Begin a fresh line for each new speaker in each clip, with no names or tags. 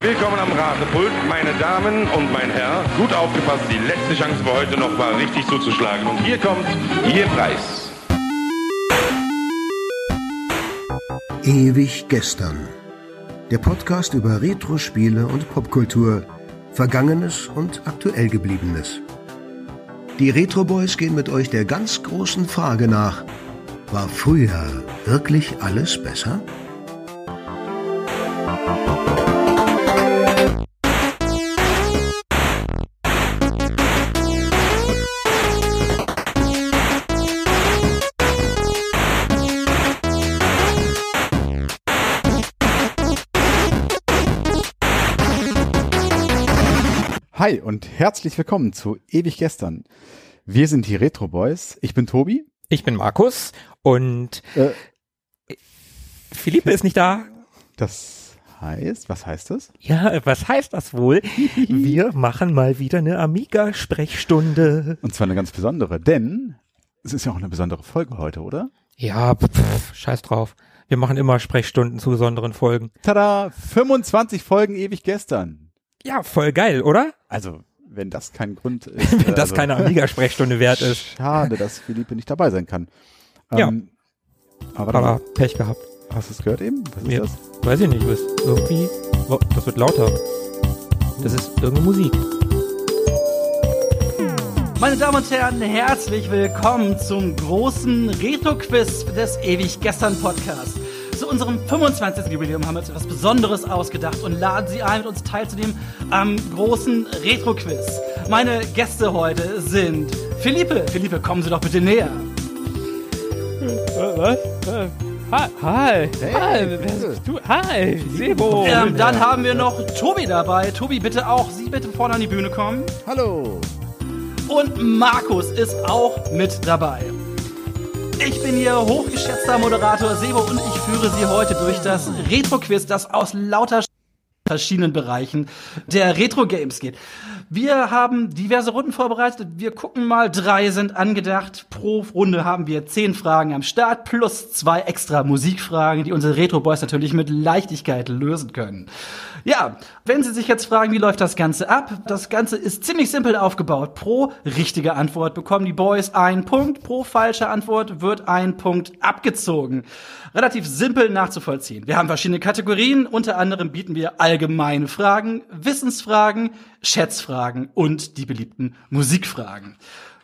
Willkommen am Ratepult, meine Damen und mein Herr. Gut aufgepasst, die letzte Chance für heute noch war, richtig zuzuschlagen. Und hier kommt Ihr Preis.
Ewig gestern. Der Podcast über Retro-Spiele und Popkultur, Vergangenes und aktuell gebliebenes. Die Retro Boys gehen mit euch der ganz großen Frage nach: War früher wirklich alles besser?
Hi und herzlich willkommen zu Ewig Gestern. Wir sind die Retro Boys. Ich bin Tobi.
Ich bin Markus und
Äh.
Philippe ist nicht da.
Das heißt, was heißt das?
Ja, was heißt das wohl? Wir machen mal wieder eine Amiga-Sprechstunde.
Und zwar eine ganz besondere, denn es ist ja auch eine besondere Folge heute, oder?
Ja, pf, scheiß drauf. Wir machen immer Sprechstunden zu besonderen Folgen.
Tada! 25 Folgen Ewig Gestern.
Ja, voll geil, oder?
Also, wenn das kein Grund ist.
Wenn das
also,
keine Amiga-Sprechstunde wert ist.
Schade, dass Philippe nicht dabei sein kann. Ähm,
Ja.
aber
Aber Pech gehabt.
hast du es gehört eben? Was ist
Ja.
das?
Weiß ich nicht, was. Irgendwie. Oh, das wird lauter. Das ist irgendeine Musik.
Meine Damen und Herren, herzlich willkommen zum großen Retro-Quiz des Ewig Gestern Podcasts. Zu unserem 25. Jubiläum haben wir uns etwas Besonderes ausgedacht und laden Sie ein, mit uns teilzunehmen am großen Retro-Quiz. Meine Gäste heute sind Philippe. Philippe, kommen Sie doch bitte näher.
Was? Äh, Hi, hi, hi, wer
Grüße.
bist du? Hi, Sebo.
ähm, dann haben wir noch Tobi dabei. Tobi, bitte auch Sie bitte vorne an die Bühne kommen.
Hallo!
Und Markus ist auch mit dabei. Ich bin Ihr hochgeschätzter Moderator Sebo und ich führe Sie heute durch das Retro-Quiz, das aus lauter verschiedenen Bereichen der Retro-Games geht. Wir haben diverse Runden vorbereitet. Wir gucken mal, drei sind angedacht. Pro Runde haben wir zehn Fragen am Start plus zwei extra Musikfragen, die unsere Retro-Boys natürlich mit Leichtigkeit lösen können. Ja, wenn Sie sich jetzt fragen, wie läuft das Ganze ab? Das Ganze ist ziemlich simpel aufgebaut. Pro richtige Antwort bekommen die Boys einen Punkt, pro falsche Antwort wird ein Punkt abgezogen. Relativ simpel nachzuvollziehen. Wir haben verschiedene Kategorien, unter anderem bieten wir allgemeine Fragen, Wissensfragen, Schätzfragen und die beliebten Musikfragen.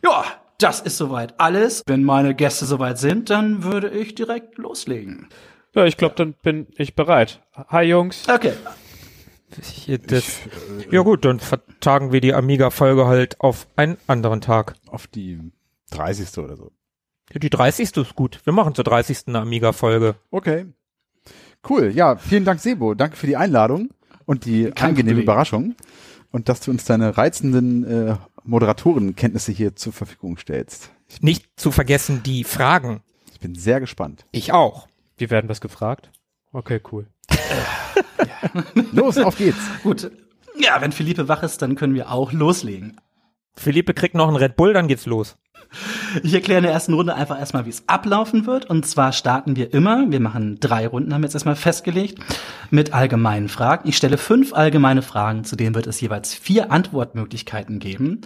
Ja, das ist soweit alles. Wenn meine Gäste soweit sind, dann würde ich direkt loslegen.
Ja, ich glaube, dann bin ich bereit. Hi, Jungs.
Okay,
Ich, das,
äh,
ja gut, dann vertagen wir die Amiga-Folge halt auf einen anderen Tag.
Auf die 30. oder so.
Ja, Die 30. ist gut. Wir machen zur 30. eine Amiga-Folge.
Okay. Cool. Ja, vielen Dank, Sebo. Danke für die Einladung und die
Kein
angenehme
Problem.
Überraschung. Und dass du uns deine reizenden äh, Moderatorenkenntnisse hier zur Verfügung stellst.
Nicht zu vergessen die Fragen.
Ich bin sehr gespannt.
Ich auch.
Wir werden was gefragt. Okay, cool.
Los, auf geht's.
gut. Ja, wenn Philippe wach ist, dann können wir auch loslegen.
Philippe kriegt noch einen Red Bull, dann geht's los.
Ich erkläre in der ersten Runde einfach erstmal, wie es ablaufen wird. Und zwar starten wir immer, wir machen drei Runden, haben wir jetzt erstmal festgelegt, mit allgemeinen Fragen. Ich stelle fünf allgemeine Fragen, zu denen wird es jeweils vier Antwortmöglichkeiten geben.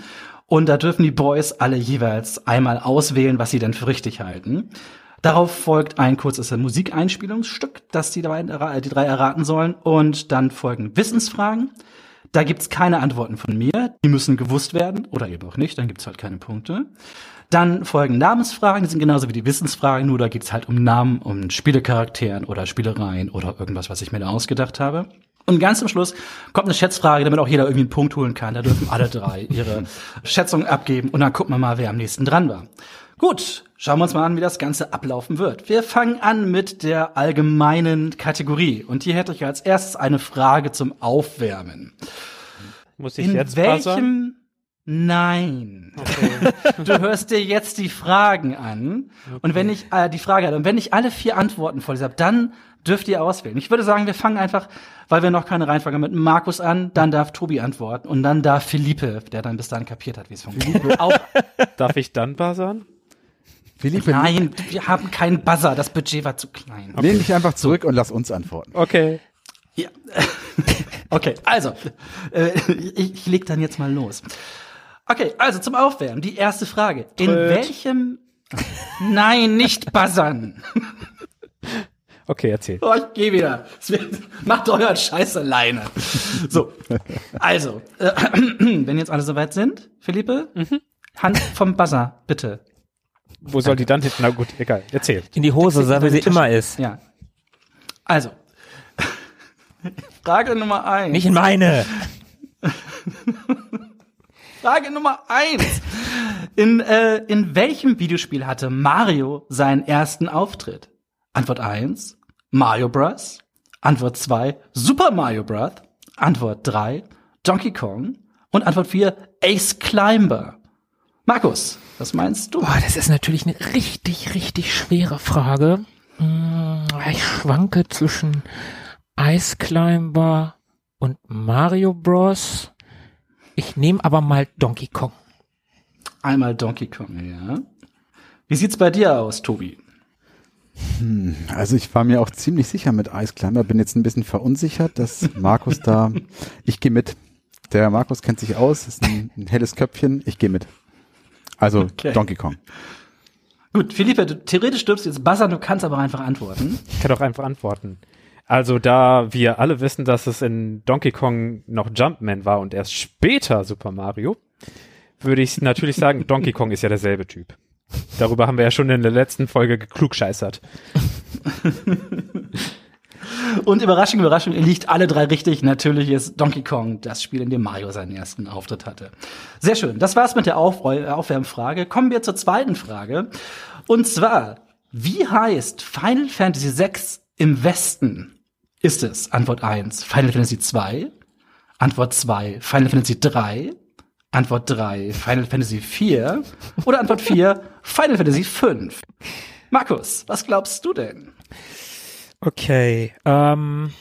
Und da dürfen die Boys alle jeweils einmal auswählen, was sie denn für richtig halten. Darauf folgt ein kurzes Musikeinspielungsstück, das die drei, äh, die drei erraten sollen. Und dann folgen Wissensfragen. Da gibt's keine Antworten von mir. Die müssen gewusst werden oder eben auch nicht. Dann gibt's halt keine Punkte. Dann folgen Namensfragen, die sind genauso wie die Wissensfragen, nur da geht's halt um Namen, um Spielecharakteren oder Spielereien oder irgendwas, was ich mir da ausgedacht habe. Und ganz zum Schluss kommt eine Schätzfrage, damit auch jeder irgendwie einen Punkt holen kann. Da dürfen alle drei ihre Schätzung abgeben und dann gucken wir mal, wer am nächsten dran war. Gut, schauen wir uns mal an, wie das Ganze ablaufen wird. Wir fangen an mit der allgemeinen Kategorie. Und hier hätte ich als erstes eine Frage zum Aufwärmen.
Muss ich
In
jetzt buzzern?
welchem? Nein. Du hörst dir jetzt die Fragen an und wenn ich äh, die Frage und wenn ich alle vier Antworten vorlese habe, dann dürft ihr auswählen. Ich würde sagen, wir fangen einfach, weil wir noch keine Reihenfolge haben, mit Markus an, dann darf Tobi antworten und dann darf Philippe, der dann bis dahin kapiert hat, wie es funktioniert. Auch,
Darf ich dann buzzern?
Philippe,
nein, wir haben keinen Buzzer, das Budget war zu klein.
lehn dich einfach zurück und lass uns antworten.
Okay.
Ja. Okay, also, äh, ich, ich leg dann jetzt mal los. Okay, also zum Aufwärmen, die erste Frage. In
Tröd.
welchem... Nein, nicht buzzern.
Okay, erzähl.
Oh, ich geh wieder. Es wird- Macht euren Scheiß alleine. So, also, äh, wenn jetzt alle soweit sind, Philippe, Hand vom Buzzer, bitte.
Wo soll die dann hin? Na gut, egal. Erzähl.
In die Hose, so wie sie immer ist.
Ja. Also, Frage Nummer eins.
Nicht in meine.
Frage Nummer eins. In, äh, in welchem Videospiel hatte Mario seinen ersten Auftritt? Antwort eins: Mario Bros. Antwort zwei: Super Mario Bros. Antwort drei: Donkey Kong. Und Antwort vier: Ace Climber. Markus, was meinst du?
Boah, Oh, das ist natürlich eine richtig, richtig schwere Frage. Hm, Ich schwanke zwischen Ice Climber und Mario Bros. Ich nehme aber mal Donkey Kong.
Einmal Donkey Kong, ja. Wie sieht's bei dir aus, Tobi?
Also ich war mir auch ziemlich sicher mit Ice Climber, bin jetzt ein bisschen verunsichert, dass Markus da, ich gehe mit. Der Markus kennt sich aus, ist ein, ein helles Köpfchen, ich gehe mit. Also Donkey Kong.
Gut, Philippe, du, theoretisch dürfst du jetzt buzzern, du kannst aber einfach antworten.
Ich kann doch einfach antworten. Also, da wir alle wissen, dass es in Donkey Kong noch Jumpman war und erst später Super Mario, würde ich natürlich sagen, Donkey Kong ist ja derselbe Typ. Darüber haben wir ja schon in der letzten Folge geklugscheißert.
Und Überraschung, Überraschung, ihr liegt alle drei richtig. Natürlich ist Donkey Kong das Spiel, in dem Mario seinen ersten Auftritt hatte. Sehr schön. Das war's mit der Auf äh, Aufwärmfrage. Kommen wir zur zweiten Frage. Und zwar, wie heißt Final Fantasy VI im Westen? Ist es Antwort 1 Final Fantasy 2? Antwort 2 Final Fantasy 3? Antwort 3 Final Fantasy 4? Oder Antwort 4 Final Fantasy 5? Markus, was glaubst du denn?
Okay, ähm,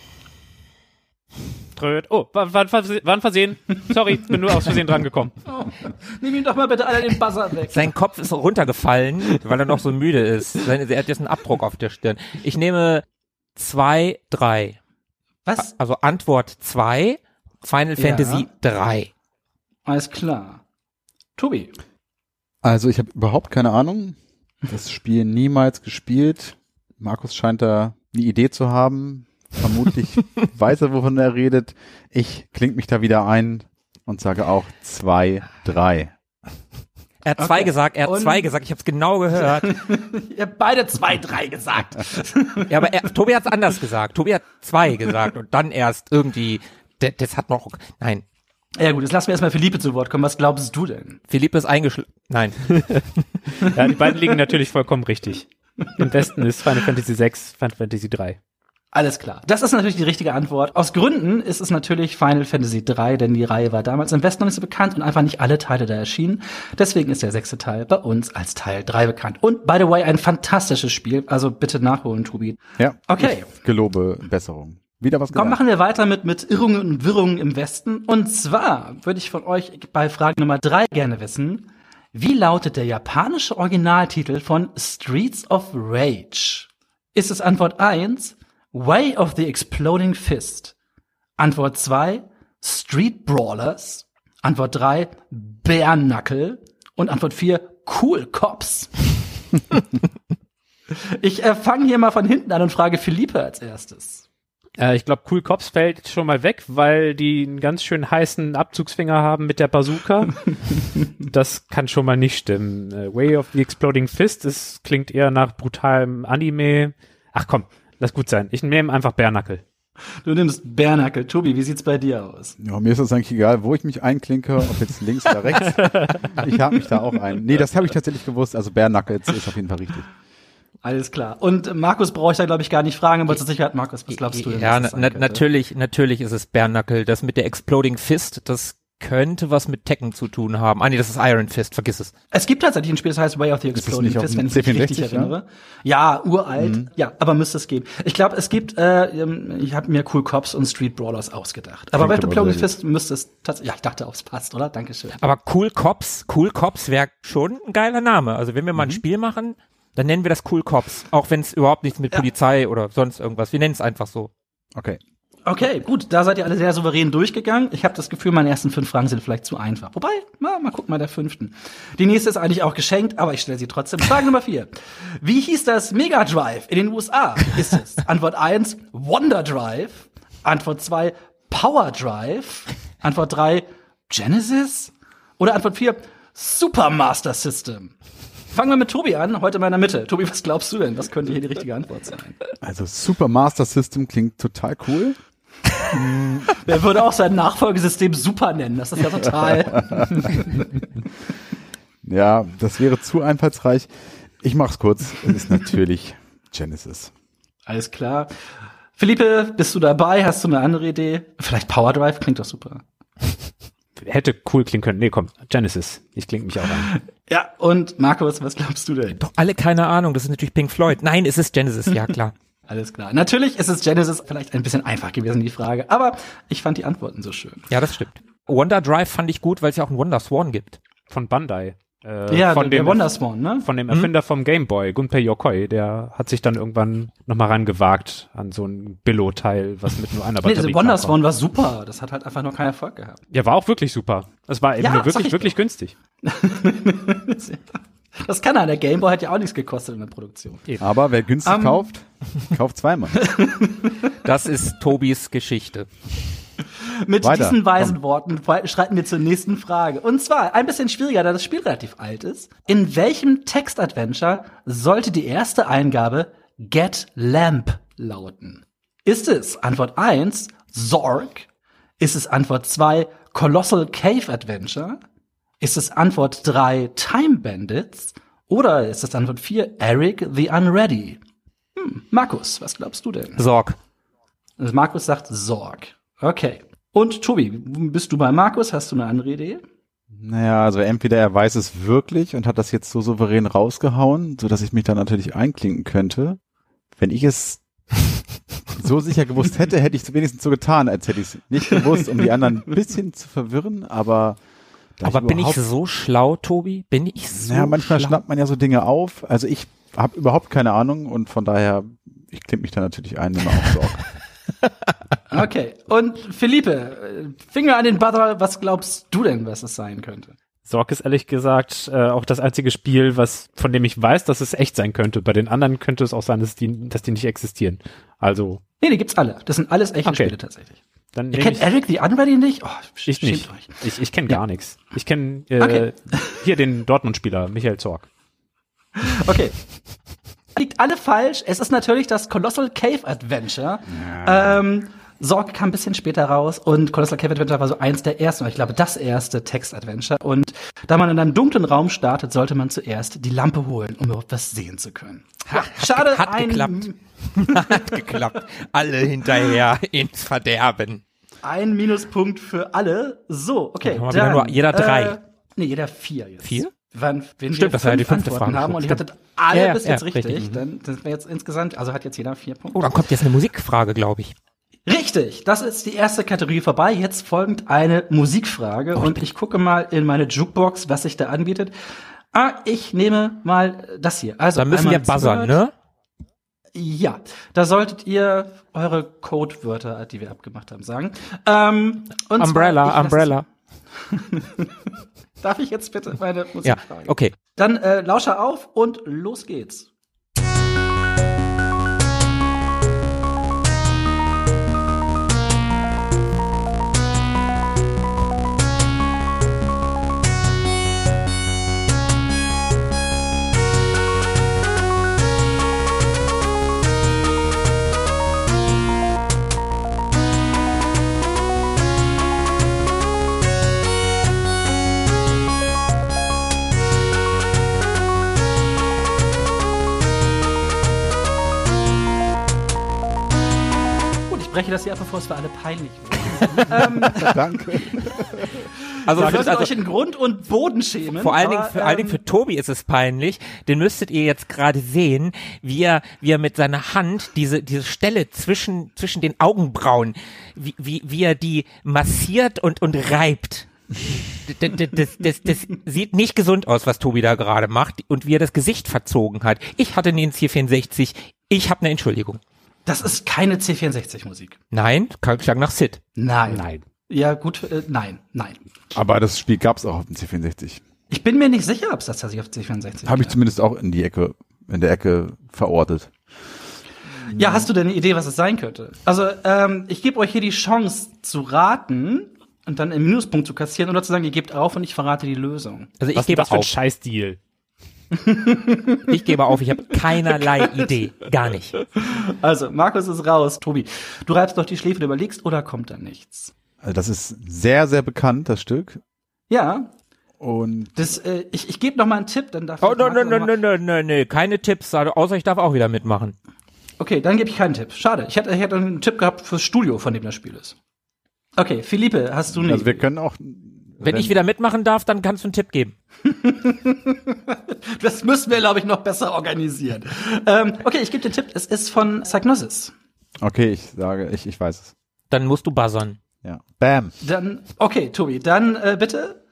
Tröd. Oh, war, war, ein Verse- war ein Versehen. Sorry, bin nur aus Versehen dran gekommen.
Nimm ihm doch mal bitte alle den Buzzer weg.
sein Kopf ist runtergefallen, weil er noch so müde ist. Sein, er hat jetzt einen Abdruck auf der Stirn. Ich nehme zwei, drei.
Was?
Also Antwort zwei, Final
Ja.
Fantasy drei.
Alles klar. Tobi.
Also ich habe überhaupt keine Ahnung. Das Spiel niemals gespielt. Markus scheint da eine Idee zu haben. Vermutlich weiß er, wovon er redet. Ich kling mich da wieder ein und sage auch zwei, drei.
Er hat zwei
Okay.
gesagt, er hat
Und-
zwei gesagt, ich habe es genau gehört.
Ihr habt beide zwei, drei gesagt.
Ja, aber er, Tobi hat es anders gesagt. Tobi hat zwei gesagt und dann erst irgendwie, das, das hat noch, nein,
ja gut, jetzt lassen wir erstmal Philippe zu Wort kommen. Was glaubst du denn?
Philippe ist eingeschlafen. Nein,
Ja, die beiden liegen natürlich vollkommen richtig. Im Westen ist Final Fantasy 6, Final Fantasy 3.
Alles klar. Das ist natürlich die richtige Antwort. Aus Gründen ist es natürlich Final Fantasy 3, denn die Reihe war damals im Westen noch nicht so bekannt und einfach nicht alle Teile da erschienen. Deswegen ist der sechste Teil bei uns als Teil 3 bekannt. Und by the way, ein fantastisches Spiel. Also bitte nachholen, Tobi.
Ja.
Okay.
Ich gelobe Besserung. Wieder was
Komm,
gelernt.
machen wir weiter mit, mit Irrungen und Wirrungen im Westen. Und zwar würde ich von euch bei Frage Nummer drei gerne wissen, wie lautet der japanische Originaltitel von Streets of Rage? Ist es Antwort eins Way of the Exploding Fist? Antwort zwei Street Brawlers? Antwort drei Bare Knuckle? Und Antwort vier Cool Cops? ich äh, fange hier mal von hinten an und frage Philippe als erstes.
Äh, ich glaube, Cool Cops fällt schon mal weg, weil die einen ganz schön heißen Abzugsfinger haben mit der Bazooka. Das kann schon mal nicht stimmen. Äh, Way of the Exploding Fist, das klingt eher nach brutalem Anime. Ach komm, lass gut sein. Ich nehme einfach Bärnackel.
Du nimmst Bernackel. Tobi, wie sieht's bei dir aus?
Ja, mir ist das eigentlich egal, wo ich mich einklinke, ob jetzt links oder rechts. Ich hab mich da auch ein. Nee, das habe ich tatsächlich gewusst. Also Bare Knuckles ist auf jeden Fall richtig.
Alles klar. Und äh, Markus brauche ich da, glaube ich, gar nicht fragen, aber zur Sicherheit, Markus, was glaubst du denn?
ja, na,
dass es sein
na,
könnte?
natürlich, natürlich ist es Bärnackel. Das mit der Exploding Fist, das könnte was mit Tekken zu tun haben. Ah nee, das ist Iron Fist, vergiss es.
Es gibt tatsächlich ein Spiel, das heißt Way of the
es
Exploding
nicht auf
Fist,
dem
wenn ich mich richtig
C64,
erinnere. Ja, uralt. Ja, aber müsste es geben. Ich glaube, es gibt, äh, ähm, ich habe mir Cool Cops und Street Brawlers ausgedacht. Aber Way
Klingt
of the
aber
Exploding
sehr gut.
Fist müsste es tatsächlich, ja, ich dachte, auch es passt, oder? Dankeschön.
Aber Cool Cops, Cool Cops wäre schon ein geiler Name. Also wenn wir mal ein Spiel machen, dann nennen wir das Cool Cops. Auch wenn es überhaupt nichts mit Polizei oder sonst irgendwas. Wir nennen es einfach so.
Okay.
Okay, gut, da seid ihr alle sehr souverän durchgegangen. Ich habe das Gefühl, meine ersten fünf Fragen sind vielleicht zu einfach. Wobei, na, mal gucken, mal der fünften. Die nächste ist eigentlich auch geschenkt, aber ich stelle sie trotzdem. Frage Nummer vier. Wie hieß das Mega Drive in den USA? Ist es Antwort eins Wonder Drive? Antwort zwei Power Drive? Antwort drei Genesis? Oder Antwort vier Super Master System? Fangen wir mit Tobi an, heute in meiner Mitte. Tobi, was glaubst du denn? Was könnte hier die richtige Antwort sein?
Also Super Master System klingt total cool.
Wer würde auch sein Nachfolgesystem super nennen? Das ist ja total.
Ja, das wäre zu einfallsreich. Ich mach's kurz. Es ist natürlich Genesis.
Alles klar. Felipe, bist du dabei? Hast du eine andere Idee? Vielleicht Power Drive klingt doch super.
Hätte cool klingen können. Nee, komm, Genesis. Ich klinge mich auch an.
Ja, und Markus, was glaubst du denn?
Doch alle keine Ahnung, das ist natürlich Pink Floyd. Nein, es ist Genesis, ja klar.
Alles klar. Natürlich ist es Genesis vielleicht ein bisschen einfach gewesen, die Frage, aber ich fand die Antworten so schön.
Ja, das stimmt. Wonder Drive fand ich gut, weil es ja auch einen Wonder Swan gibt.
Von Bandai. Äh,
Ja,
von
der, der
dem,
Wonderswan, ne?
von dem Erfinder vom Game Boy, Gunpei Yokoi, der hat sich dann irgendwann nochmal rangewagt an so ein Billo-Teil, was mit nur einer
Nee,
Batterie
diese
klarkommt.
Wonderswan war super. Das hat halt einfach nur keinen Erfolg gehabt.
Ja, war auch wirklich super. Es war eben
Ja,
nur
sag ich
wirklich, wirklich günstig.
Das kann er. Der Gameboy hat ja auch nichts gekostet in der Produktion.
Aber wer günstig
Ähm.
kauft, kauft zweimal.
Das ist Tobis Geschichte.
Mit
Weiter,
diesen weisen Worten schreiten wir zur nächsten Frage. Und zwar ein bisschen schwieriger, da das Spiel relativ alt ist. In welchem Text-Adventure sollte die erste Eingabe Get Lamp lauten? Ist es Antwort 1 Zorg? Ist es Antwort 2 Colossal Cave Adventure? Ist es Antwort 3 Time Bandits? Oder ist es Antwort 4 Eric the Unready? Hm, Markus, was glaubst du denn?
Sorg.
Also Markus sagt Sorg. Okay. Und Tobi, bist du bei Markus? Hast du eine andere Idee?
Naja, also entweder er weiß es wirklich und hat das jetzt so souverän rausgehauen, so dass ich mich da natürlich einklinken könnte. Wenn ich es so sicher gewusst hätte, hätte ich es wenigstens so getan, als hätte ich es nicht gewusst, um die anderen ein bisschen zu verwirren, aber da
Aber bin ich
überhaupt-
so schlau, Tobi? Bin ich so
Ja, manchmal
schlau?
schnappt man ja so Dinge auf. Also ich habe überhaupt keine Ahnung und von daher, ich klinge mich da natürlich ein, nehme auch Sorge.
Okay. Und Felipe, äh, Finger an den Butter, was glaubst du denn, was es sein könnte?
Sorg ist ehrlich gesagt äh, auch das einzige Spiel, was von dem ich weiß, dass es echt sein könnte. Bei den anderen könnte es auch sein, dass die, dass die nicht existieren. Also,
Nee, die gibt's alle. Das sind alles echte
Okay.
Spiele tatsächlich.
dann
Ihr
nehme
kennt
ich,
Eric the Unready nicht? Oh, sch-
ich
schämt
nicht.
euch.
Ich, ich kenne gar nichts. Ich kenne äh,
Okay.
hier den Dortmund-Spieler, Michael Zorg.
Okay. Liegt alle falsch. Es ist natürlich das Colossal Cave Adventure. Ähm, Sorg kam ein bisschen später raus und Colossal Cave Adventure war so eins der ersten, oder ich glaube das erste Text-Adventure. Und da man in einem dunklen Raum startet, sollte man zuerst die Lampe holen, um überhaupt was sehen zu können. Ja, schade,
hat
ein,
geklappt. Hat geklappt. Alle hinterher ins Verderben.
ein Minuspunkt für alle. So, okay.
Dann haben wir wieder nur jeder drei.
Äh, nee, jeder vier jetzt.
Vier?
Wann, wenn
Stimmt,
wir
das war ja die
fünf
fünfte
Antworten
Frage
haben
schon,
und ihr
stimmt.
hattet alle
Ja, ja,
bis jetzt
ja,
richtig,
richtig, mhm.
dann das wäre jetzt insgesamt, also hat jetzt jeder vier Punkte.
Oh, dann kommt jetzt eine Musikfrage, glaube ich.
Richtig, das ist die erste Kategorie vorbei. Jetzt folgt eine
Oh,
Musikfrage und ich gucke mal in meine Jukebox, was sich da anbietet. Ah, ich nehme mal das hier. Also
Dann müssen wir
einmal
buzzern,
Zwiebel.
ne?
Ja, da solltet ihr eure Codewörter, die wir abgemacht haben, sagen. Ähm, und zwar- ich
Umbrella,
lass-
Umbrella.
Darf ich jetzt bitte meine
Ja,
Musikfrage?
okay.
Dann äh, Lauscher auf und los geht's. Gut, ich breche das hier ab, bevor es für alle peinlich wird. ähm,
Danke.
Also,
solltet
für,
euch
also
in Grund und Boden schämen.
vor allen Dingen,
aber, ähm,
für, allen Dingen
ähm,
für Tobi ist es peinlich. Den müsstet ihr jetzt gerade sehen, wie er, wie er mit seiner Hand diese, diese Stelle zwischen, zwischen den Augenbrauen, wie, wie, wie er die massiert und, und reibt. D- d- Das, das, das sieht nicht gesund aus, was Tobi da gerade macht und wie er das Gesicht verzogen hat. Ich hatte einen 64, ich habe eine ne Entschuldigung.
Das ist keine C64-Musik.
Nein, kann- klang nach Sid.
Nein.
Nein.
Ja, gut, äh, nein, nein.
Aber das Spiel gab's auch auf dem C64.
Ich bin mir nicht sicher, ob es das tatsächlich auf C64
Habe ich
gab.
zumindest auch in die Ecke, in der Ecke verortet.
Ja, hast du denn eine Idee, was es sein könnte? Also, ähm, ich gebe euch hier die Chance zu raten und dann einen Minuspunkt zu kassieren oder zu sagen, ihr gebt auf und ich verrate die Lösung.
Also ich
Was ist
gebe
das für ein
auf.
Scheißdeal?
Ich gebe auf. Ich habe keinerlei Idee. Gar nicht.
Also, Markus ist raus. Tobi, du reibst doch die Schläfe und überlegst oder kommt da nichts?
Also das ist sehr, sehr bekannt, das Stück.
Ja,
Und
das, äh, ich, ich gebe noch mal einen Tipp, dann darf
Oh,
ich
no, no, no, no, no, no, no. Keine Tipps, also, außer ich darf auch wieder mitmachen.
Okay, dann gebe ich keinen Tipp. Schade, ich hätte, ich hätte einen Tipp gehabt fürs Studio, von dem das Spiel ist. Okay, Philippe, hast du nicht.
also wir können auch.
Wenn ich wieder mitmachen darf, dann kannst du einen Tipp geben.
Das müssen wir, glaube ich, noch besser organisieren. Ähm, okay, ich gebe dir einen Tipp. Es ist von Psygnosis.
Okay, ich sage, ich, ich weiß es.
Dann musst du buzzern.
Ja. Bam.
Dann, okay, Tobi, dann äh, bitte.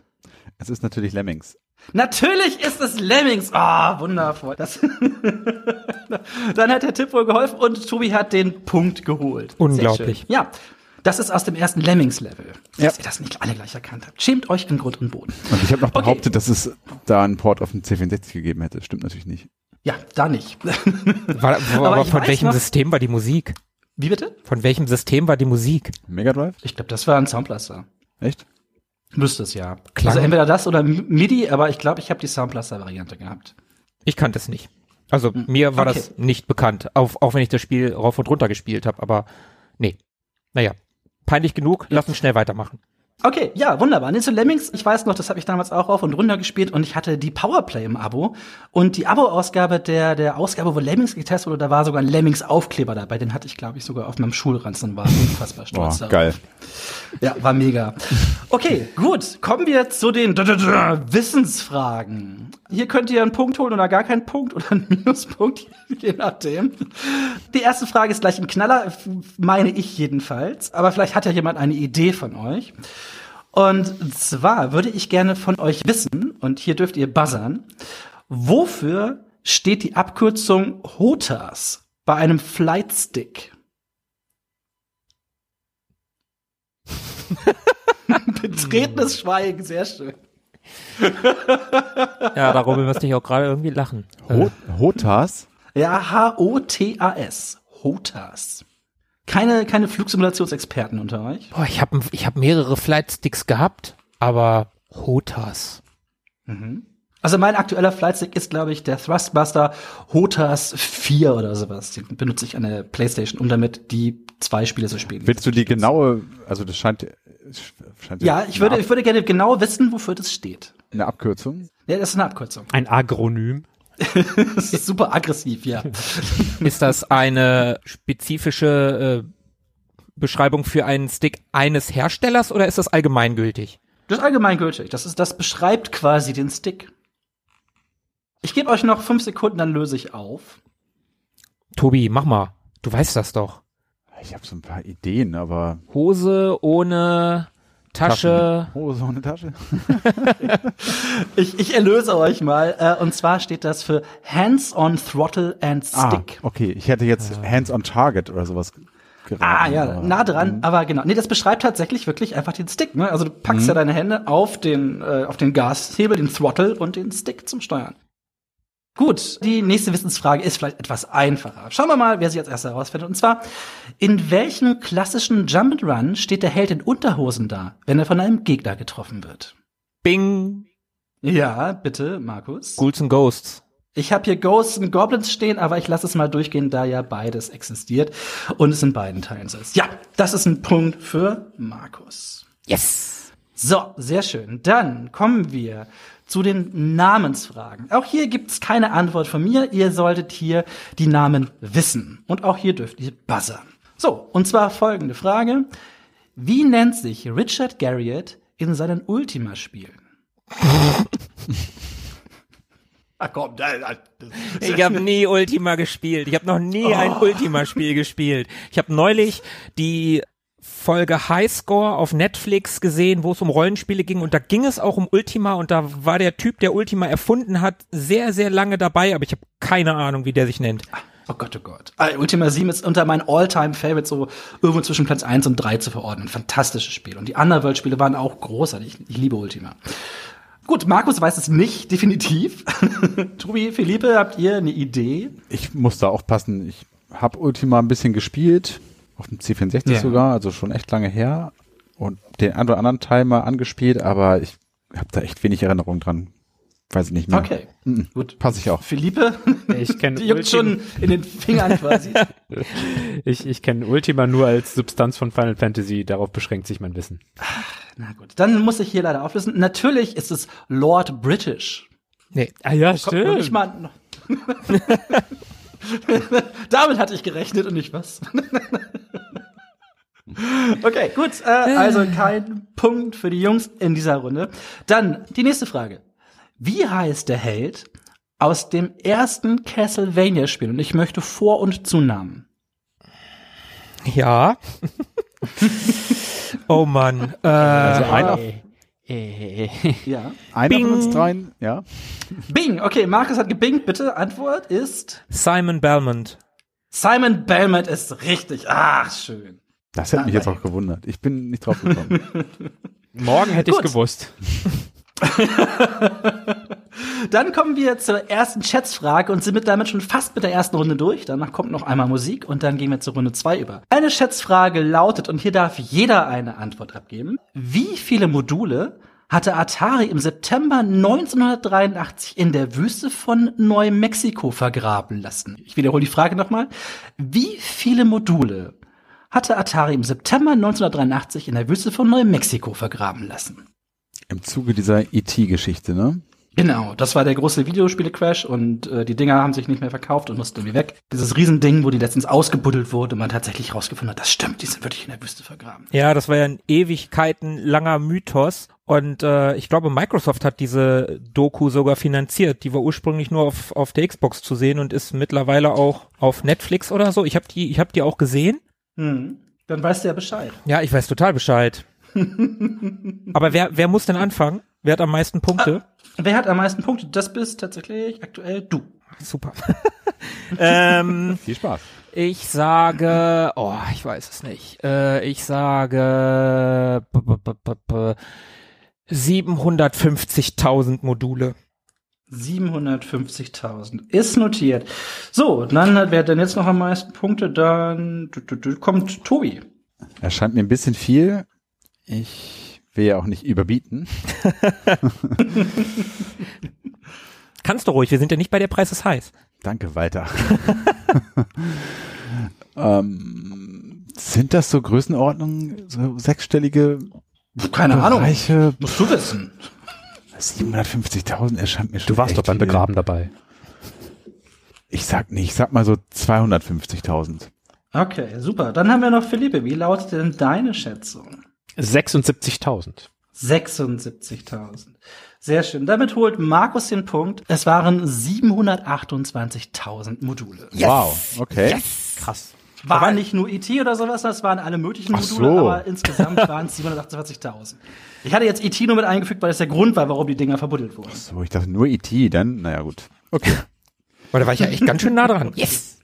Es ist natürlich Lemmings.
Natürlich ist es Lemmings. Ah, wundervoll. Das dann hat der Tipp wohl geholfen und Tobi hat den Punkt geholt. Sehr
Unglaublich.
schön. Ja. Das ist aus dem ersten Lemmings-Level. Dass
Ja.
ihr das nicht alle gleich erkannt habt. Schämt euch in Grund und Boden.
Und ich habe noch
Okay.
behauptet, dass es da einen Port auf dem C64 gegeben hätte. Stimmt natürlich nicht.
Ja, da nicht.
War, aber
Aber ich
von
weiß
welchem
noch-
System war die Musik?
Wie bitte?
Von welchem System war die Musik?
Mega Drive?
Ich glaube, das war ein Soundblaster.
Echt?
Müsste es ja.
Klang-
Also entweder das oder M- MIDI, aber ich glaube, ich habe die Soundblaster-Variante gehabt.
Ich kannte es nicht. Also mir war
Hm, okay.
das nicht bekannt, auf, auch wenn ich das Spiel rauf und runter gespielt habe, aber nee. Naja, peinlich genug, lass uns schnell weitermachen.
Okay, ja, wunderbar. Nils und Lemmings, ich weiß noch, das habe ich damals auch auf und runter gespielt und ich hatte die Powerplay im Abo. Und die Abo-Ausgabe der, der Ausgabe, wo Lemmings getestet wurde, da war sogar ein Lemmings-Aufkleber dabei. Den hatte ich, glaube ich, sogar auf meinem Schulranzen und war unfassbar
Boah,
stolz darauf.
geil.
Ja, war mega. Okay, gut. Kommen wir zu den Wissensfragen. Hier könnt ihr einen Punkt holen oder gar keinen Punkt oder einen Minuspunkt, je nachdem. Die erste Frage ist gleich ein Knaller, f- meine ich jedenfalls. Aber vielleicht hat ja jemand eine Idee von euch. Und zwar würde ich gerne von euch wissen, und hier dürft ihr buzzern, wofür steht die Abkürzung HOTAS bei einem Flightstick? Betretenes Schweigen, sehr schön.
Ja, darüber müsste ich auch gerade irgendwie lachen.
Ho Hotas?
Ja, H-O-T-A-S. HOTAS. Keine, keine Flugsimulationsexperten unter euch.
Boah, ich habe ich hab mehrere Flightsticks gehabt, aber Hotas.
Also mein aktueller Flightstick ist, glaube ich, der Thrustbuster HOTAS 4 oder sowas. Den benutze ich an der Playstation, um damit die zwei Spiele zu spielen.
Willst du die genaue, also das scheint, scheint
Ja, ich würde, ich würde gerne genau wissen, wofür das steht.
eine Abkürzung.
Ja, das ist eine Abkürzung.
Ein Agronym.
Das ist super aggressiv, ja.
Ist das eine spezifische äh, Beschreibung für einen Stick eines Herstellers oder ist das allgemeingültig?
Das ist allgemeingültig. Das, ist, das beschreibt quasi den Stick. Ich gebe euch noch fünf Sekunden, dann löse ich auf.
Tobi, mach mal. Du weißt das doch.
Ich habe so ein paar Ideen, aber
Hose ohne Tasche.
Oh, so eine Tasche.
Ich, ich erlöse euch mal. Äh, und zwar steht das für Hands on Throttle and Stick.
Ah, okay, ich hätte jetzt Hands on Target oder sowas geraten.
Ah, ja,
aber-
nah dran,
Mhm.
aber genau. Nee, das beschreibt tatsächlich wirklich einfach den Stick. Ne? Also du packst ja deine Hände auf den, äh, auf den Gashebel, den Throttle und den Stick zum Steuern. Gut, die nächste Wissensfrage ist vielleicht etwas einfacher. Schauen wir mal, wer sie als erster herausfindet. Und zwar, in welchem klassischen Jump'n'Run steht der Held in Unterhosen da, wenn er von einem Gegner getroffen wird?
Bing.
Ja, bitte, Markus.
Ghouls and Ghosts.
Ich habe hier Ghosts und Goblins stehen, aber ich lasse es mal durchgehen, da ja beides existiert und es in beiden Teilen so ist. Ja, das ist ein Punkt für Markus.
Yes.
So, sehr schön. Dann kommen wir zu den Namensfragen. Auch hier gibt's keine Antwort von mir. Ihr solltet hier die Namen wissen. Und auch hier dürft ihr buzzern. So, und zwar folgende Frage. Wie nennt sich Richard Garriott in seinen Ultima-Spielen? Ach komm, da, da, das
Ich habe nie Ultima gespielt. Ich habe noch nie ein
Oh.
Ultima-Spiel gespielt. Ich habe neulich die Folge Highscore auf Netflix gesehen, wo es um Rollenspiele ging und da ging es auch um Ultima und da war der Typ, der Ultima erfunden hat, sehr, sehr lange dabei, aber ich habe keine Ahnung, wie der sich nennt.
Oh Gott, oh Gott. Ah, Ultima 7 ist unter meinen All-Time-Favorite so irgendwo zwischen Platz 1 und 3 zu verordnen. Fantastisches Spiel. Und die Underworld-Spiele waren auch großartig. Ich, ich liebe Ultima. Gut, Markus weiß es nicht, definitiv. Tobi, Philippe, habt ihr eine Idee?
Ich muss da aufpassen. Ich habe Ultima ein bisschen gespielt, auf dem C64
Ja.
sogar, also schon echt lange her. Und den einen oder anderen Teil mal angespielt, aber ich habe da echt wenig Erinnerung dran. Weiß ich nicht mehr.
Okay, gut.
Passe ich auch.
Philippe,
Ich kenn
die juckt
Ultima-
schon in den Fingern quasi.
Ich, ich kenne Ultima nur als Substanz von Final Fantasy, darauf beschränkt sich mein Wissen.
Na gut, dann muss ich hier leider auflösen. Natürlich ist es Lord British.
Nee.
Ah ja,
Kommt noch nicht mal. noch- Damit hatte ich gerechnet und nicht was. okay, gut. Äh, also kein Punkt für die Jungs in dieser Runde. Dann die nächste Frage. Wie heißt der Held aus dem ersten Castlevania-Spiel? Und ich möchte Vor- und Zunamen.
Ja. oh Mann. Äh,
Also einer,
Ja.
einer von uns dreien, ja.
Bing. Okay, Markus hat gebingt, bitte. Antwort ist
Simon Belmont.
Simon Belmont ist richtig. Ach, schön.
Das hätte mich jetzt auch gewundert. Ich bin nicht drauf gekommen.
Morgen hätte ich
Gut.
gewusst.
Dann kommen wir zur ersten Schätzfrage und sind mit damit schon fast mit der ersten Runde durch. Danach kommt noch einmal Musik und dann gehen wir zur Runde 2 über. Eine Schätzfrage lautet, und hier darf jeder eine Antwort abgeben, wie viele Module hatte Atari im September 1983 in der Wüste von Neumexiko vergraben lassen? Ich wiederhole die Frage nochmal. Wie viele Module hatte Atari im September 1983 in der Wüste von Neumexiko vergraben lassen?
Im Zuge dieser ET-Geschichte, ne?
Genau, das war der große Videospiele-Crash und äh, die Dinger haben sich nicht mehr verkauft und mussten irgendwie weg. Dieses Riesending, wo die letztens ausgebuddelt wurde und man tatsächlich rausgefunden hat, das stimmt, die sind wirklich in der Wüste vergraben.
Ja, das war ja ein Ewigkeiten langer Mythos. Und äh, ich glaube, Microsoft hat diese Doku sogar finanziert. Die war ursprünglich nur auf, auf der Xbox zu sehen und ist mittlerweile auch auf Netflix oder so. Ich habe die, ich hab die auch gesehen.
Hm. Dann weißt du ja Bescheid.
Ja, ich weiß total Bescheid. Aber wer, wer muss denn anfangen? Wer hat am meisten Punkte?
Wer hat am meisten Punkte? Das bist tatsächlich aktuell du.
Super. ähm,
Viel Spaß.
ich sage, oh, ich weiß es nicht. Äh, ich sage b- b- b- b- b- 750.000 Module.
750.000 ist notiert. So, dann hat wer hat denn jetzt noch am meisten Punkte? Dann du, du, du, kommt Tobi.
Erscheint mir ein bisschen viel. Ich will ja auch nicht überbieten.
Kannst du ruhig, wir sind ja nicht bei der Preis ist heiß.
Danke, Walter. ähm, sind das so Größenordnungen, so sechsstellige
Puh, Keine Ahnung,
Bereiche?
musst du wissen.
750.000 erscheint mir schon.
Du warst
echt
doch beim
viel.
Begraben dabei.
Ich sag nicht, ich sag mal so 250.000.
Okay, super. Dann haben wir noch Philippe. Wie lautet denn deine Schätzung?
76.000.
76.000. Sehr schön. Damit holt Markus den Punkt. Es waren 728.000 Module.
Wow, okay.
Krass.
War nicht nur ET oder sowas, das waren alle möglichen
Ach
Module,
so.
aber insgesamt waren es 728.000. Ich hatte jetzt ET nur mit eingefügt, weil das der Grund war, warum die Dinger verbuddelt wurden.
So, ich dachte nur IT, dann, naja, gut. Okay.
Weil da war ich ja echt ganz schön nah dran. Yes!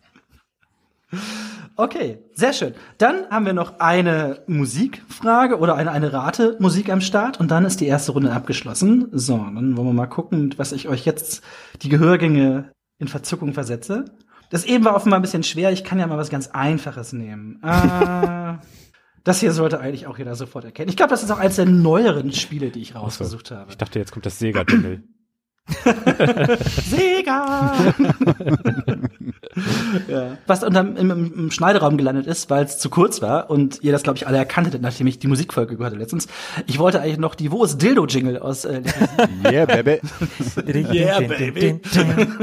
Okay, sehr schön. Dann haben wir noch eine Musikfrage oder eine, eine Rate Musik am Start und dann ist die erste Runde abgeschlossen. So, dann wollen wir mal gucken, was ich euch jetzt die Gehörgänge in Verzückung versetze. Das eben war offenbar ein bisschen schwer. Ich kann ja mal was ganz Einfaches nehmen. Äh, das hier sollte eigentlich auch jeder sofort erkennen. Ich glaube, das ist auch eines der neueren Spiele, die ich rausgesucht habe.
Ich dachte, jetzt kommt das Sega-Jingle.
Sega! ja. Was unterm, im, im, im Schneideraum gelandet ist, weil es zu kurz war und ihr das, glaube ich, alle erkannt hättet, nachdem ich die Musikfolge gehört hatte letztens. Ich wollte eigentlich noch die Wo ist Dildo-Jingle aus äh, Level sieben.
Yeah, baby.